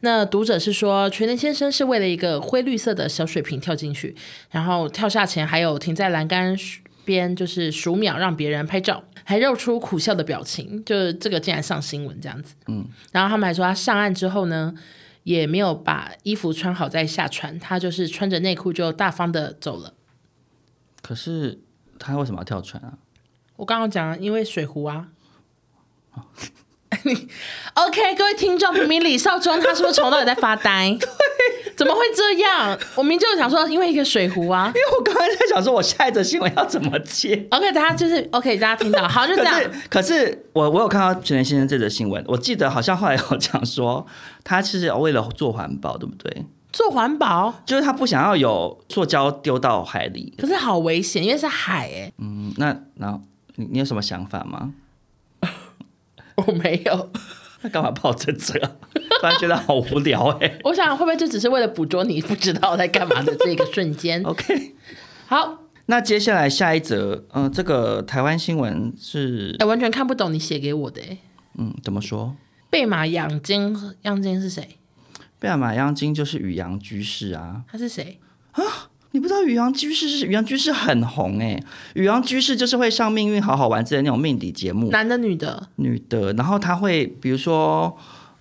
Speaker 1: 那读者是说，全联先生是为了一个灰绿色的小水瓶跳进去，然后跳下前还有停在栏杆边，就是数秒让别人拍照，还露出苦笑的表情，就是这个竟然上新闻这样子。嗯，然后他们还说他上岸之后呢。也没有把衣服穿好再下船，他就是穿着内裤就大方的走了。
Speaker 3: 可是他为什么要跳船啊？
Speaker 1: 我刚刚讲了，因为水壶 啊。 你 OK，各位听众，评评李少忠，他是不是从头到尾在发呆？怎怎么会这样？我明就想说，因为一个水壶啊。
Speaker 3: 因为我刚刚在想说，我下一则新闻要怎么接。
Speaker 1: OK，大家就是 OK，大家听到好就这
Speaker 3: 可
Speaker 1: 样。
Speaker 3: 是，可是我我有看到全联先生这则新闻，我记得好像后来有讲说，他是为了做环保，对不对？
Speaker 1: 做环保，
Speaker 3: 就是他不想要有塑胶丢到海里。
Speaker 1: 可是好危险，因为是海哎、
Speaker 3: 嗯，那然后你你有什么想法吗？
Speaker 1: 我没有，
Speaker 3: 那干嘛抱着这？ 突然觉得好无聊哎、？
Speaker 1: 我想会不会就只是为了捕捉你不知道我在干嘛的这个瞬间
Speaker 3: OK，
Speaker 1: 好，
Speaker 3: 那接下来下一则，嗯、这个台湾新闻是
Speaker 1: 哎、，完全看不懂你写给我的哎、
Speaker 3: 嗯，怎么说？
Speaker 1: 贝马养精，养精是谁？
Speaker 3: 贝尔马央金就是宇阳居士啊，
Speaker 1: 他是谁？
Speaker 3: 你不知道宇阳居士是宇阳居士很红哎、宇阳居士就是会上《命运好好玩》之类的那种命理节目，
Speaker 1: 男的女的？
Speaker 3: 女的，然后她会比如说。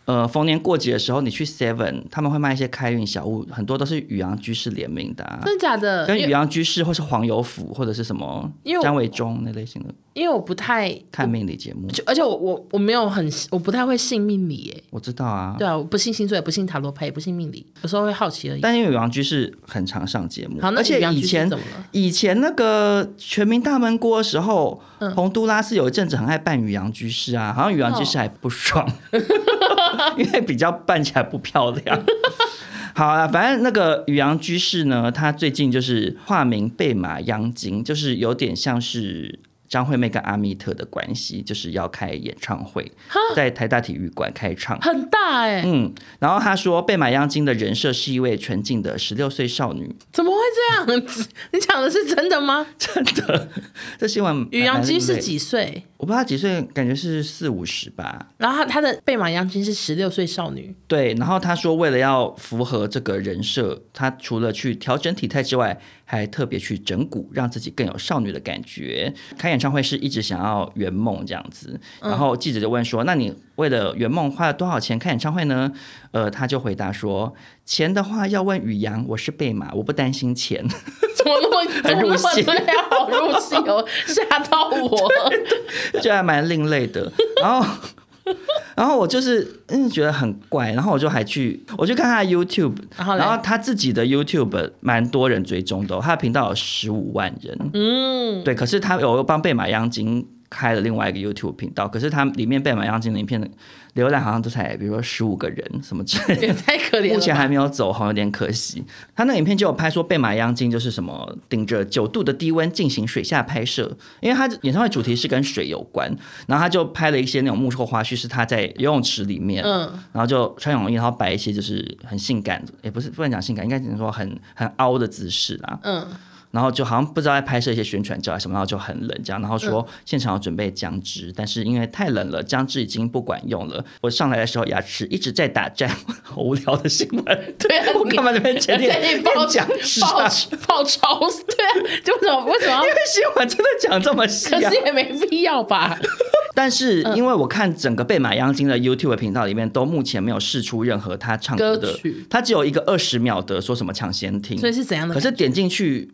Speaker 3: 呃，逢年过节的时候，你去 Seven，他们会卖一些开运小物，很多都是宇阳居士联名的、啊，
Speaker 1: 真的假的？
Speaker 3: 跟
Speaker 1: 因
Speaker 3: 宇
Speaker 1: 为
Speaker 3: 阳居士或是黄油府或者是什么
Speaker 1: 因为我
Speaker 3: 张伟忠那类型的
Speaker 1: 因为我不太
Speaker 3: 看命理节目，
Speaker 1: 就而且我我我没有很我不太会信命理耶，
Speaker 3: 我知道啊。
Speaker 1: 对啊，我不信星座，也不信塔罗牌，也不信命理，有时候会好奇而已。
Speaker 3: 但因为宇阳居士很常上节目，
Speaker 1: 好，那
Speaker 3: 而且
Speaker 1: 宇阳
Speaker 3: 以
Speaker 1: 居士
Speaker 3: 前
Speaker 1: 怎么了？
Speaker 3: 以前那个全民大闷锅的时候，洪都拉斯有一阵子很爱扮宇阳居士啊，好像宇阳居士还 不爽，因为比较扮起来不漂亮。 好啊，反正那个宇阳居士呢，他最近就是化名贝马央金，就是有点像是张惠妹跟阿密特的关系，就是要开演唱会，在台大体育馆开唱。
Speaker 1: 很大哎、
Speaker 3: 嗯，然后他说，贝马央金的人设是一位纯净的十六岁少女，
Speaker 1: 怎么会这样？ 你讲的是真的 吗？
Speaker 3: 真的，这新闻
Speaker 1: 宇阳
Speaker 3: 金
Speaker 1: 金是？几岁？
Speaker 3: 我不知道他几岁，感觉是四五十吧。
Speaker 1: 然后他他的贝马杨金是十六岁少 女，
Speaker 3: 对，然后他说，为了要符合这个人设，他除了去调整体态之外，还特别去整骨，让自己更有少女的感觉。开演唱会是一直想要圆梦这样子，
Speaker 1: 嗯
Speaker 3: 然后记者就问说：“那你为了圆梦花了多少钱看演唱会呢？”呃，他就回答说：“钱的话要问宇阳，我是贝马，我不担心钱。”
Speaker 1: 怎么那么怎么那
Speaker 3: 入
Speaker 1: 么
Speaker 3: 戏
Speaker 1: 对啊？好入戏哦，吓到 我！
Speaker 3: 就还蛮另类的。然后，然后我就是嗯觉得很怪，然后我就还去我去看他的 YouTube，
Speaker 1: 然后嘞
Speaker 3: 然后他自己的 YouTube 蛮多人追踪的哦、他的频道有十五万人。
Speaker 1: 嗯，
Speaker 3: 对，可是他有帮贝马央金开了另外一个 YouTube 频道，可是他里面贝马央金的影片浏览好像都才比如说十五个人什么之类的
Speaker 1: 也。太可怜了吧。
Speaker 3: 目前还没有走红，有点可惜。他那个影片就有拍说贝马央金就是什么顶着九度的低温进行水下拍摄，因为他演唱会主题是跟水有关，然后他就拍了一些那种幕后花絮，是他在游泳池里面，
Speaker 1: 嗯
Speaker 3: 然后就穿泳衣，然后摆一些就是很性感，也不是不能讲性感，应该只能说很很凹的姿势啦。
Speaker 1: 嗯，
Speaker 3: 然后就好像不知道在拍摄一些宣传照啊什么，然后就很冷这样，然后说现场有准备姜汁，但是因为太冷了，姜汁已经不管用了。我上来的时候牙齿一直在打颤，好无聊的新闻。
Speaker 1: 对啊，
Speaker 3: 我
Speaker 1: 你
Speaker 3: 干嘛在那边前
Speaker 1: 而且
Speaker 3: 面
Speaker 1: 你爆
Speaker 3: 讲纸
Speaker 1: 爆
Speaker 3: 啊？
Speaker 1: 爆超，对啊，就为什么为 什么
Speaker 3: 因为新闻真的讲这么细
Speaker 1: 要？可
Speaker 3: 啊
Speaker 1: 是！也没必要吧？
Speaker 3: 但是因为我看整个贝马央金的 YouTube 频道里面，都目前没有试出任何他唱歌
Speaker 1: 歌
Speaker 3: 的
Speaker 1: 曲，
Speaker 3: 他只有一个二十秒的说什么抢先听
Speaker 1: 所，以是怎样的？
Speaker 3: 可是点进去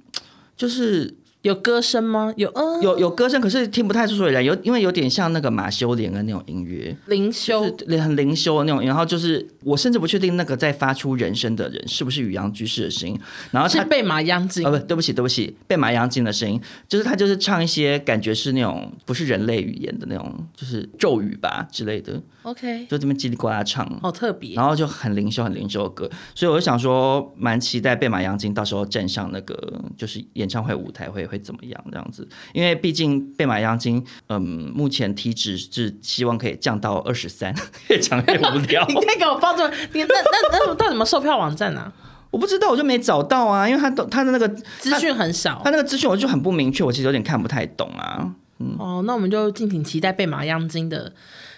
Speaker 3: 就是
Speaker 1: 有歌声吗？有嗯，
Speaker 3: 有有歌声，可是听不太出所以然，有因为有点像那个马修连的那种音乐，
Speaker 1: 灵修
Speaker 3: 就是很灵修的那种。然后就是我甚至不确定那个在发出人声的人是不是宇阳居士的声音。然后
Speaker 1: 是哦
Speaker 3: 他
Speaker 1: 被马央金
Speaker 3: 啊，不，对不起，对不起，被马阳金的声音，就是他就是唱一些感觉是那种不是人类语言的那种，就是咒语吧之类的，
Speaker 1: ，OK，
Speaker 3: 就这边叽里呱啦唱。
Speaker 1: 好特别。
Speaker 3: 然后就很灵修、很灵修的歌，所以我就想说，蛮期待贝马杨金到时候站上那个就是演唱会舞台会会怎么样这样子，因为毕竟贝马杨金，嗯，目前体脂是希望可以降到二十三， 越讲越无 聊
Speaker 1: 你。可以给我报这么，你那那那到底什么售票网站啊？
Speaker 3: 我不知道，我就没找到啊，因为他都他的那个
Speaker 1: 资讯很少
Speaker 3: 他那个资讯我就很不明确，我其实有点看不太懂啊。
Speaker 1: 哦，那我们就敬请期待被马央金的，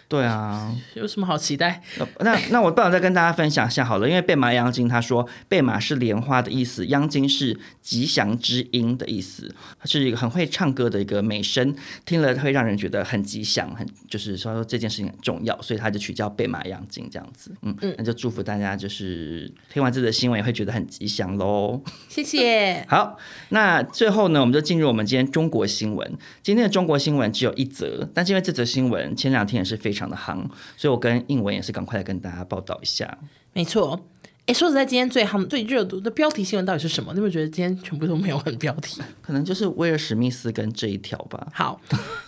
Speaker 3: 对啊，
Speaker 1: 有什么好期待？
Speaker 3: 呃那那我不想再跟大家分享一下好了，因为贝马央金他说贝马是莲花的意思，央金是吉祥之音的意思，他是一个很会唱歌的一个美声，听了会让人觉得很吉祥，很就是说这件事情很重要，所以他就取叫贝马央金这样子。嗯，那就祝福大家，就是听完这则新闻也会觉得很吉祥喽。
Speaker 1: 谢谢。
Speaker 3: 好，那最后呢，我们就进入我们今天中国新闻。今天的中国新闻只有一则，但是因为这则新闻前两天也是非常的夯，所以我跟应文也是赶快来跟大家报道一下。
Speaker 1: 没错，哎，说实在，今天最他们最热度的标题新闻到底是什么？你有没有觉得今天全部都没有很标 题？
Speaker 3: 可能就是威尔史密斯跟这一条吧。
Speaker 1: 好，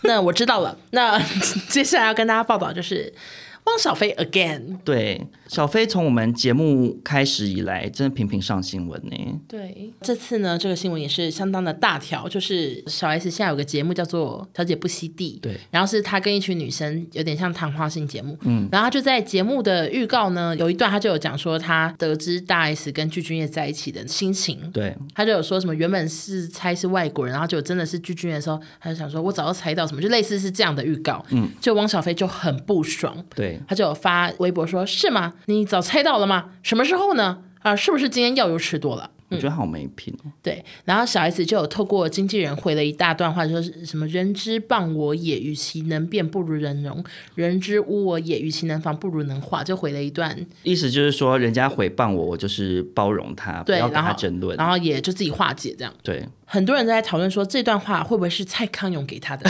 Speaker 1: 那我知道了。那 接下来要跟大家报道就是汪小菲 again。
Speaker 3: 对，小飞从我们节目开始以来，真的频频上新闻呢。
Speaker 1: 对，这次呢，这个新闻也是相当的大条，就是小 S 现在有个节目叫做《小姐不吸地》，
Speaker 3: 对
Speaker 1: 然后是她跟一群女生有点像谈话性节目，嗯，然后她就在节目的预告呢，有一段她就有讲说她得知大 S 跟具俊晔在一起的心情，
Speaker 3: 对，
Speaker 1: 他就有说什么原本是猜是外国人，然后就真的是拒绝的时候，他就想说我早就猜到什么，就类似是这样的预告。嗯，就汪小菲就很不爽，
Speaker 3: 对，
Speaker 1: 他就有发微博说：“是吗？你早猜到了吗？什么时候呢？啊，是不是今天药又吃多了？”
Speaker 3: 我觉得好没品哦。
Speaker 1: 对，然后小 S 就有透过经纪人回了一大段话，说是什么“人之谤我也，与其能辩，不如人容；人之污我也，与其能防，不如能化”，就回了一段
Speaker 3: 意思就是说，人家诽谤我，我就是包容他，不
Speaker 1: 对，
Speaker 3: 要跟
Speaker 1: 然
Speaker 3: 他
Speaker 1: 后
Speaker 3: 争论。
Speaker 1: 然后也就自己化解这样。
Speaker 3: 对，
Speaker 1: 很多人都在讨论说这段话会不会是蔡康永给他的，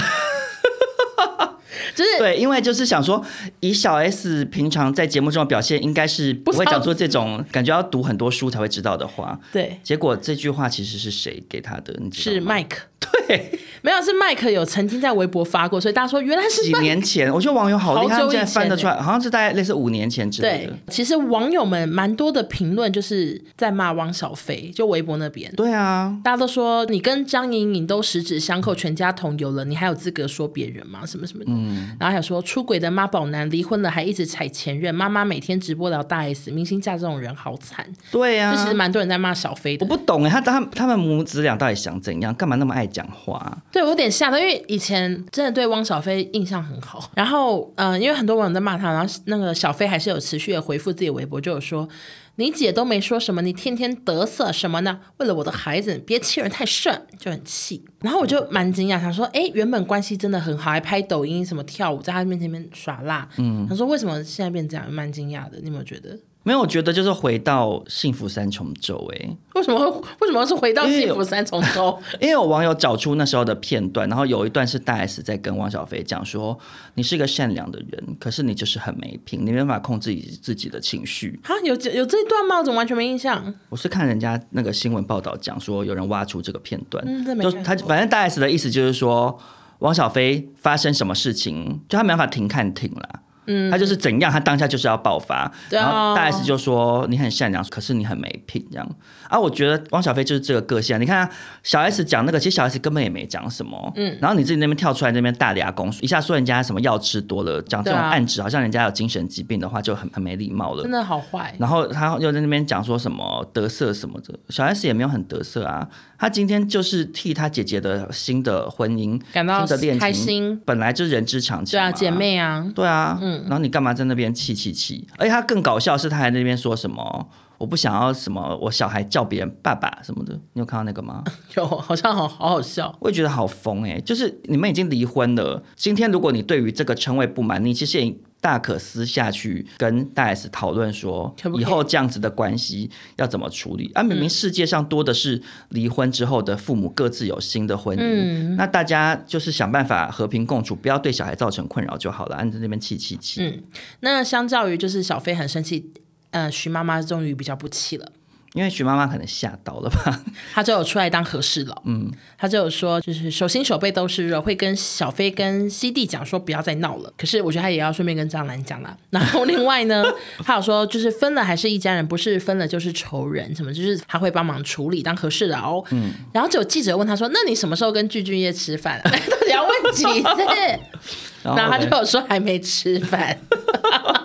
Speaker 1: 就是
Speaker 3: 对，因为就是想说，以小 S 平常在节目中的表现，应该是不会讲出这种感觉要读很多书才会知道的话。
Speaker 1: 对
Speaker 3: 结果这句话其实是谁给他的？你知
Speaker 1: 是
Speaker 3: 道吗？
Speaker 1: 麦克，对，没有是麦克有曾经在微博发过，所以大家说原来是
Speaker 3: 几
Speaker 1: 麦克。
Speaker 3: 年前，我觉得网友好厉害，
Speaker 1: 好
Speaker 3: 他
Speaker 1: 久
Speaker 3: 们
Speaker 1: 以
Speaker 3: 竟然翻得
Speaker 1: 前
Speaker 3: 出来，好像是大概类似五年前之类
Speaker 1: 对
Speaker 3: 的。，
Speaker 1: 其实网友们蛮多的评论就是在骂汪小菲，就微博那边，
Speaker 3: 对啊，
Speaker 1: 大家都说你跟张莹莹都十指相扣，全家桶有了，你还有资格说别人吗？什么什么的。然后还有说出轨的妈宝男离婚了还一直踩前任，妈妈每天直播聊大 S，明星嫁这种人好惨。
Speaker 3: 对
Speaker 1: 就其实
Speaker 3: 啊。
Speaker 1: 蛮多人在骂小菲的
Speaker 3: 我。不懂哎，他他他们母子俩到底想怎样？干嘛那么爱讲话啊？
Speaker 1: 对我有点吓到，因为以前真的对汪小菲印象很好。然后，嗯、因为很多网友在骂他，然后那个小菲还是有持续的回复自己微博，就有说：“你姐都没说什么，你天天得瑟什么呢？为了我的孩子，别欺人太甚。”就很气。然后我就蛮惊讶，想说：“哎，原本关系真的很好，还拍抖音什么跳舞，在他面前面耍辣。”嗯，他说：“为什么现在变这样？”蛮惊讶的，你有没有觉得？
Speaker 3: 没有，我觉得就是回到幸福三重奏哎、
Speaker 1: 为什么会为什么是回到
Speaker 3: 因为
Speaker 1: 幸
Speaker 3: 有
Speaker 1: 福三重奏？
Speaker 3: 因为有网友找出那时候的片段，然后有一段是大 S 在跟汪小菲讲说：“你是个善良的人，可是你就是很没品，你没办法控制自己的情绪。
Speaker 1: 啊，有这有这一段吗？我怎么完全没印象？”
Speaker 3: 我是看人家那个新闻报道讲说，有人挖出这个片段，
Speaker 1: 嗯这没
Speaker 3: 就
Speaker 1: 看
Speaker 3: 他反正大 S 的意思就是说，汪小菲发生什么事情，就他没办法停看停啦。嗯，他就是怎样，他当下就是要爆发。
Speaker 1: 对啊
Speaker 3: 然后大 S 就说你很善良，可是你很没品这样。啊，我觉得汪小菲就是这个个性、啊。你看啊小 S 讲那个，其实小 S 根本也没讲什么。嗯，然后你自己那边跳出来那边大俩公，一下说人家什么药吃多了，讲这种
Speaker 1: 对啊
Speaker 3: 暗指，好像人家有精神疾病的话，就很很没礼貌了
Speaker 1: 真。的好坏。
Speaker 3: 然后他又在那边讲说什么得瑟什么的，小 S 也没有很得瑟啊。他今天就是替他姐姐的新的婚姻
Speaker 1: 感到
Speaker 3: 新的恋情
Speaker 1: 开心，
Speaker 3: 本来就是人之常情
Speaker 1: 对啊，
Speaker 3: 嘛
Speaker 1: 姐。妹啊，
Speaker 3: 对啊，嗯，然后你干嘛在那边气气气？而且他更搞笑的是，他还在那边说什么我不想要什么，我小孩叫别人爸爸什么的，你有看到那个吗？
Speaker 1: 有好像好好好笑。
Speaker 3: 我也觉得好疯哎、就是你们已经离婚了，今天如果你对于这个称谓不满，你其实也大可私下去跟大 S 讨论说，
Speaker 1: 可不可以
Speaker 3: 以后这样子的关系要怎么处理啊？明明世界上多的是离婚之后的父母各自有新的婚姻，
Speaker 1: 嗯
Speaker 3: 那大家就是想办法和平共处，不要对小孩造成困扰就好了。按在那边气气气，
Speaker 1: 嗯那相较于就是小飞很生气，呃，徐妈妈终于比较不气了，
Speaker 3: 因为徐妈妈可能吓到了吧？
Speaker 1: 她就有出来当和事佬。嗯，她就有说，就是手心手背都是肉，会跟小飞跟西弟讲说不要再闹了。可是我觉得她也要顺便跟张兰讲啦。 然后另外 呢，她有说就是分了还是一家人，不是分了就是仇人，什么就是她会帮忙处理当和事佬。嗯，然后就有记者问她说，那你什么时候跟具俊晔吃饭、啊？ 到底要问几次？
Speaker 3: 然后
Speaker 1: 然后他
Speaker 3: 嘞
Speaker 1: 就有说还没吃饭。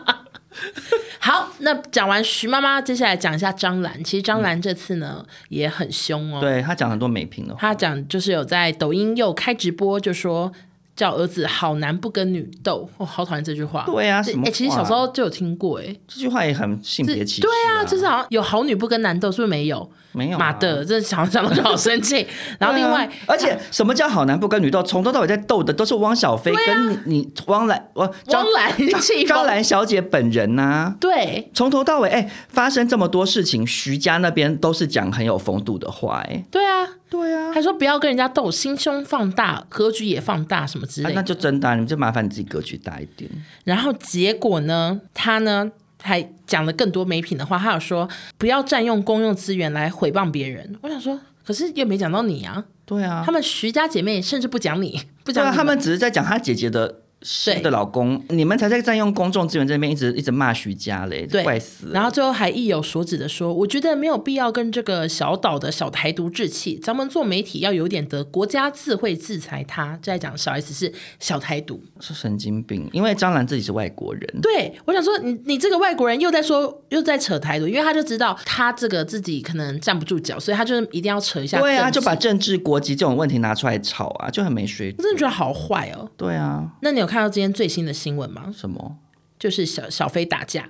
Speaker 1: 好，那讲完徐妈妈，接下来讲一下张兰。其实张兰这次呢、也很凶哦，
Speaker 3: 对他讲很多美评的话，
Speaker 1: 她讲就是有在抖音又开直播，就说叫儿子好男不跟女斗，我、好讨厌这句话。
Speaker 3: 对啊
Speaker 1: 这
Speaker 3: 什么
Speaker 1: 哎其实
Speaker 3: 话啊
Speaker 1: 小时候就有听过、哎，
Speaker 3: 这句话也很性
Speaker 1: 这
Speaker 3: 别歧视、
Speaker 1: 对啊，就是好像有好女不跟男斗，是不是没有？
Speaker 3: 没有啊
Speaker 1: 妈的，这想想到就好生 气。然后另外，
Speaker 3: 对啊而且什么叫好男不跟女斗？从头到尾在斗的都是汪小菲跟你、你汪兰汪张
Speaker 1: 啊汪兰气
Speaker 3: 张
Speaker 1: 疯，
Speaker 3: 兰小姐本人呐、
Speaker 1: 对，
Speaker 3: 从头到尾，哎、发生这么多事情，徐家那边都是讲很有风度的话、哎，
Speaker 1: 对啊，
Speaker 3: 对啊
Speaker 1: 他说不要跟人家斗，心胸放大，格局也放大，什么之
Speaker 3: 啊
Speaker 1: 类的。
Speaker 3: 那就真的啊、你们就麻烦你自己格局大一点。
Speaker 1: 然后结果呢，他呢还讲了更多没品的话，他有说不要占用公用资源来诽谤别人。我想说，可是又没讲到你啊。
Speaker 3: 对啊，
Speaker 1: 他们徐家姐妹甚至不讲你，不
Speaker 3: 对
Speaker 1: 讲
Speaker 3: 啊，
Speaker 1: 你
Speaker 3: 他们只是在讲他姐姐的
Speaker 1: 对
Speaker 3: 新的老公，你们才在占用公众资源这边一直一直骂徐家嘞，
Speaker 1: 对，
Speaker 3: 怪死了。
Speaker 1: 然后最后还意有所指的说，我觉得没有必要跟这个小岛的小台独置气，咱们做媒体要有点的国家智慧制裁他。就在讲小 S 是小台独，
Speaker 3: 是神经病，因为张兰自己是外国人，
Speaker 1: 对我想说你你这个外国人又在说又在扯台独，因为他就知道他这个自己可能站不住脚，所以他就是一定要扯一下政治。
Speaker 3: 对啊，就把政治国籍这种问题拿出来吵啊，就很没水
Speaker 1: 我
Speaker 3: 准。
Speaker 1: 真的觉得好坏哦。
Speaker 3: 对啊，
Speaker 1: 那你有看到今天最新的新闻吗？
Speaker 3: 什么
Speaker 1: 就是小小飞打架。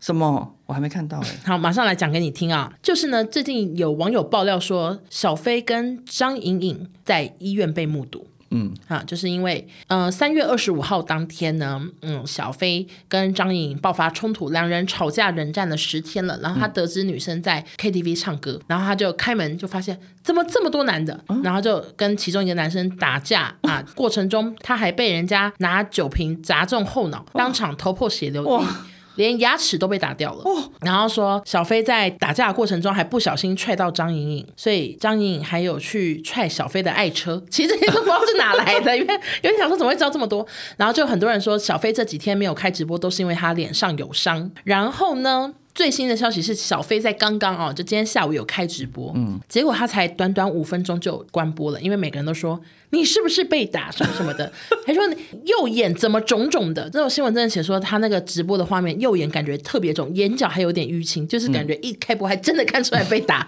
Speaker 3: 什么，我还没看到 哎、
Speaker 1: 好，马上来讲给你听啊！就是呢，最近有网友爆料说，小飞跟张颖颖在医院被目睹。
Speaker 3: 嗯
Speaker 1: 啊，就是因为，呃，三月二十五号当天呢，嗯，小飞跟张颖颖爆发冲突，两人吵架冷战了十天了。然后他得知女生在 KTV 唱歌，然后他就开门就发现怎么这么多男的，然后就跟其中一个男生打架啊，过程中他还被人家拿酒瓶砸中后脑，当场头破血流。
Speaker 3: 哇
Speaker 1: 连牙齿都被打掉了。然后说小飞在打架的过程中还不小心踹到张莹莹，所以张莹莹还有去踹小飞的爱车。 其实这些都不知道是哪来的，因为有点想说怎么会知道这么多。然后就很多人说小飞这几天没有开直播，都是因为他脸上有伤。然后呢？最新的消息是，小飞在刚刚哦，就今天下午有开直播，嗯，结果他才短短五分钟就关播了，因为每个人都说你是不是被打什么什么的， 还说你右眼怎么肿肿的。这种新闻真的写说他那个直播的画面，右眼感觉特别肿，眼角还有点淤青，就是感觉一开播还真的看出来被打。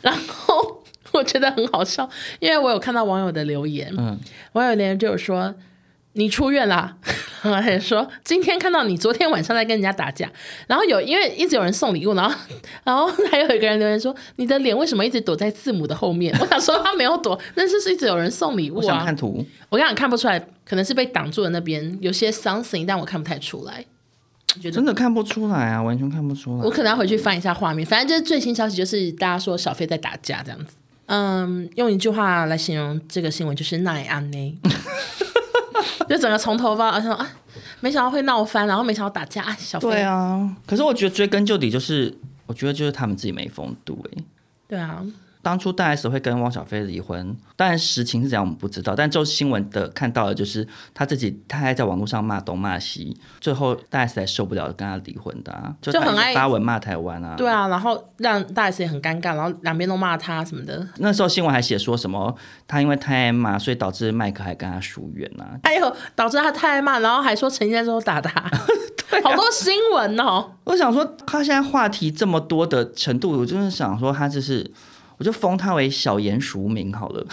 Speaker 1: 然后 我觉得很好笑，因为我有看到网友的留言，
Speaker 3: 嗯，
Speaker 1: 网友留言就有说。你出院啦，然后他也说今天看到你昨天晚上在跟人家打架，然后有因为一直有人送礼物，然后然后还有一个人留言说你的脸为什么一直躲在字母的后面？我想说他没有躲，但是是一直有人送礼物
Speaker 3: 我
Speaker 1: 啊。
Speaker 3: 想看图，
Speaker 1: 我刚刚看不出来，可能是被挡住的那边有些 something，但我看不太出来。觉得
Speaker 3: 真的看不出来啊，完全看不出来
Speaker 1: 我。可能要回去翻一下画面。反正就是最新消息，就是大家说小飞在打架这样子。嗯，用一句话来形容这个新闻，就是奈安 呢，就整个从头发，而且啊，没想到会闹翻，然后没想到打架，啊、小飞
Speaker 3: 对啊，可是我觉得追根究底就是，我觉得就是他们自己没风度哎、
Speaker 1: 对啊，
Speaker 3: 当初大 S 会跟汪小菲离婚，当然实情是怎样我们不知道，但就新闻的看到的就是他自己，他还在网络上骂东骂西，最后大 S 才受不了跟他离婚的、啊，就
Speaker 1: 就
Speaker 3: 他
Speaker 1: 很
Speaker 3: 一直
Speaker 1: 爱
Speaker 3: 发文骂台湾啊。
Speaker 1: 对啊，然后让大 S 也很尴尬，然后两边都骂他什么的，
Speaker 3: 那时候新闻还写说什么他因为太爱骂，所以导致麦克还跟他疏远啊。
Speaker 1: 还有哎导致他太爱骂，然后还说陈建州打 他，好多新闻哦，
Speaker 3: 我想说他现在话题这么多的程度，我就是想说他就是，我就封他为小严淑明好了，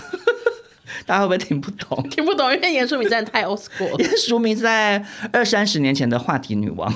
Speaker 3: 大家会不会听不懂？
Speaker 1: 听不懂，因为严淑敏真的太 old school 了。
Speaker 3: 因为淑明是在二三十年前的话题女王，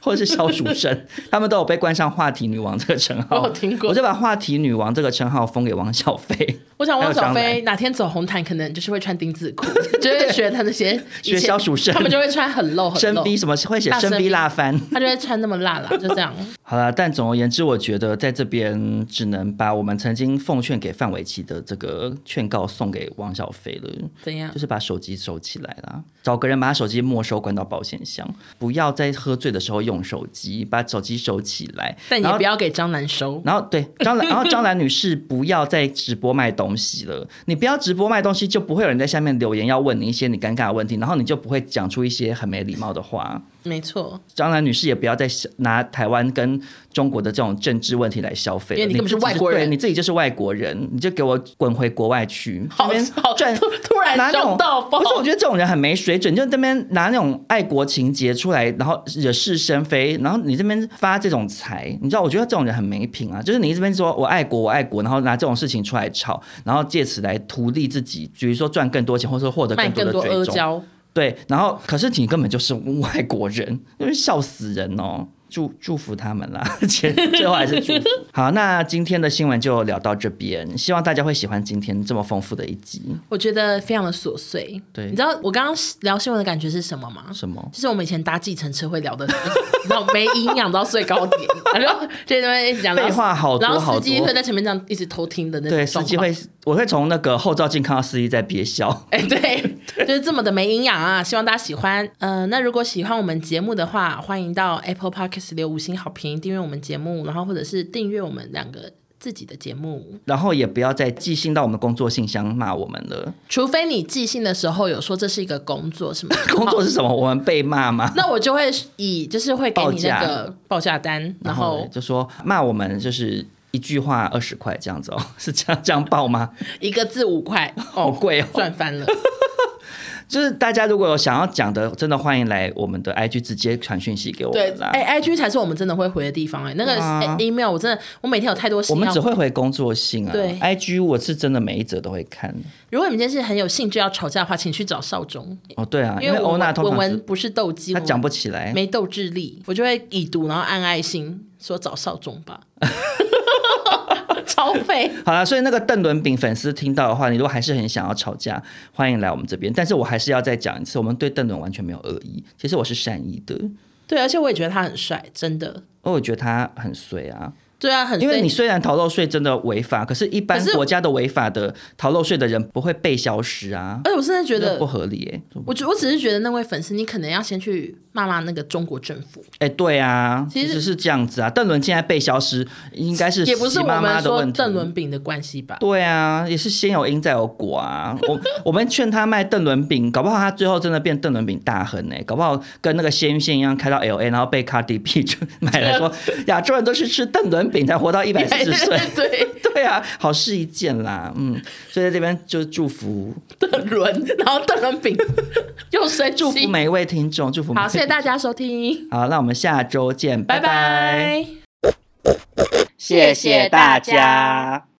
Speaker 3: 或者是小鼠生， 他们都有被冠上话题女王这个称号。
Speaker 1: 我有听过
Speaker 3: 我就把话题女王这个称号封给王小飞，
Speaker 1: 我想汪小
Speaker 3: 还有张
Speaker 1: 菲哪天走红毯，可能就是会穿丁字裤， 就会学他那些以前
Speaker 3: 学消暑生
Speaker 1: 他们就会穿很露很
Speaker 3: 生
Speaker 1: 露，
Speaker 3: 逼什么会写
Speaker 1: 大
Speaker 3: 生
Speaker 1: 生
Speaker 3: 逼
Speaker 1: 逼
Speaker 3: 辣翻。
Speaker 1: 他就会穿那么辣辣，就这 样。
Speaker 3: 好了，但总而言之，我觉得在这边只能把我们曾经奉劝给范玮琪的这个劝告送给王小飞了。
Speaker 1: 怎样
Speaker 3: 就？是把手机收起来啦，找个人把他手机没收，关到保险箱，不要在喝醉的时候用手机，把手机收起来。
Speaker 1: 但也
Speaker 3: 然后
Speaker 1: 不要给张楠收。
Speaker 3: 然后对张兰，然后张兰女士不要再直播卖东西了。你不要直播卖东西，就不会有人在下面留言要问你一些你尴尬的问题，然后你就不会讲出一些很没礼貌的话。
Speaker 1: 没错，
Speaker 3: 张兰女士也不要再想拿台湾跟中国的这种政治问题来消费了，
Speaker 1: 因为你根本是
Speaker 3: 自己
Speaker 1: 外国人
Speaker 3: 对你自己就是外国人，你就给我滚回国外去。
Speaker 1: 好
Speaker 3: 这边
Speaker 1: 好
Speaker 3: 赚
Speaker 1: 突突然
Speaker 3: 拿那种
Speaker 1: 凶到爆
Speaker 3: 不是，我觉得这种人很没水准，就这边拿那种爱国情节出来，然后惹是生非，然后你这边发这种财，你知道，我觉得这种人很没品啊。就是你这边说我爱国，我爱国，然后拿这种事情出来吵，然后借此来图利自己，比如说赚更多钱，或者说获得
Speaker 1: 卖
Speaker 3: 更
Speaker 1: 更多
Speaker 3: 多的
Speaker 1: 阿
Speaker 3: 追踪。
Speaker 1: 胶。
Speaker 3: 对，然后可是你根本就是外国人，就是笑死人哦。 祝祝福他们啦， 且最后还是祝福。好，那今天的新闻就聊到这边，希望大家会喜欢今天这么丰富的一集。
Speaker 1: 我觉得非常的琐碎。
Speaker 3: 对
Speaker 1: 你知道我刚刚聊新闻的感觉是什么吗？
Speaker 3: 什么？
Speaker 1: 就是我们以前搭计程车会聊的， 你知道没营养到最高点，然后这边一直讲
Speaker 3: 废话好多
Speaker 1: 然
Speaker 3: 好
Speaker 1: 后
Speaker 3: 多
Speaker 1: 司机会在前面这样一直偷听的那种
Speaker 3: 对，
Speaker 1: 状
Speaker 3: 司
Speaker 1: 况
Speaker 3: 机会，我会从那个后照镜看到司机在憋笑。
Speaker 1: 哎，对，就是这么的没营养啊！希望大家喜欢。呃，那如果喜欢我们节目的话，欢迎到 Apple Podcast 留五星好评，订阅我们节目，然后或者是订阅我们两个自己的节目。
Speaker 3: 然后也不要再寄信到我们工作信箱骂我们 了。
Speaker 1: 除非你寄信的时候有说这是一个工作什么
Speaker 3: 工作是什么？我们被骂吗？
Speaker 1: 那我就会以就是会给你那
Speaker 3: 报价
Speaker 1: 个报价单，然后
Speaker 3: 就说骂我们就是一句话二十块这样子哦， 是这样这样报吗？
Speaker 1: 一个字五 块，
Speaker 3: 好
Speaker 1: 哦，
Speaker 3: 贵哦。
Speaker 1: 赚翻了。
Speaker 3: 就是大家如果有想要讲的，真的欢迎来我们的 IG 直接传讯息给我
Speaker 1: 对
Speaker 3: 们，啦。
Speaker 1: 哎、i g 才是我们真的会回的地方哎、那个、
Speaker 3: 对啊
Speaker 1: 哎 email 我真的，我每天有太多
Speaker 3: 我
Speaker 1: 信
Speaker 3: 们
Speaker 1: 要
Speaker 3: 只。会回工作信啊。
Speaker 1: 对
Speaker 3: ，IG 我是真的每一则都会看。
Speaker 1: 如果你们今天是很有兴致要吵架的话，请去找少中，
Speaker 3: 哦，对啊，因
Speaker 1: 为
Speaker 3: 欧娜
Speaker 1: 文
Speaker 3: 通
Speaker 1: 文
Speaker 3: 常
Speaker 1: 文
Speaker 3: 是
Speaker 1: 不是斗鸡，
Speaker 3: 她
Speaker 1: 文
Speaker 3: 讲
Speaker 1: 文
Speaker 3: 不起来。
Speaker 1: 没斗智力，我就会已读，然后按爱心说找少中吧， 超费。
Speaker 3: 好啦，所以那个邓伦炳粉丝听到的话，你如果还是很想要吵架，欢迎来我们这边。但是我还是要再讲一次，我们对邓伦完全没有恶意，其实我是善意的，
Speaker 1: 对，而且我也觉得他很帅，真的。
Speaker 3: 因为我觉得他很衰啊。
Speaker 1: 对啊，很
Speaker 3: 因为
Speaker 1: 衰
Speaker 3: 你虽然逃漏税真的违法，可是一般
Speaker 1: 可是
Speaker 3: 国家的违法的逃漏税的人不会被消失啊，
Speaker 1: 而且我真的觉
Speaker 3: 这
Speaker 1: 得，
Speaker 3: 不合理耶、
Speaker 1: 我觉我只是觉得那位粉丝，你可能要先去骂骂那个中国政府，
Speaker 3: 哎、对啊，
Speaker 1: 其
Speaker 3: 其
Speaker 1: 实
Speaker 3: 实是这样子啊。邓伦现在被消失，应该是
Speaker 1: 也不是
Speaker 3: 习
Speaker 1: 我
Speaker 3: 妈妈
Speaker 1: 们
Speaker 3: 的
Speaker 1: 说
Speaker 3: 问题。
Speaker 1: 邓伦炳的关系吧？
Speaker 3: 对啊，也是先有因再有果啊。我我们劝他卖邓伦饼，搞不好他最后真的变邓伦饼大亨呢、搞不好跟那个鲜芋仙一样开到 L A，然后被 Cardi B 就买来 说，亚洲人都是吃邓伦饼才活到一百四十岁。
Speaker 1: 对。
Speaker 3: 对啊，好事一件啦，嗯，所以在这边就祝福
Speaker 1: 邓伦，然后邓伦饼 又谁祝
Speaker 3: 祝
Speaker 1: 福
Speaker 3: 福？每一位听众，祝福每一
Speaker 1: 好，
Speaker 3: 位
Speaker 1: 谢谢大家收听，
Speaker 3: 好，那我们下周见，
Speaker 1: 拜
Speaker 3: 拜，
Speaker 1: 拜。
Speaker 2: 谢谢大家。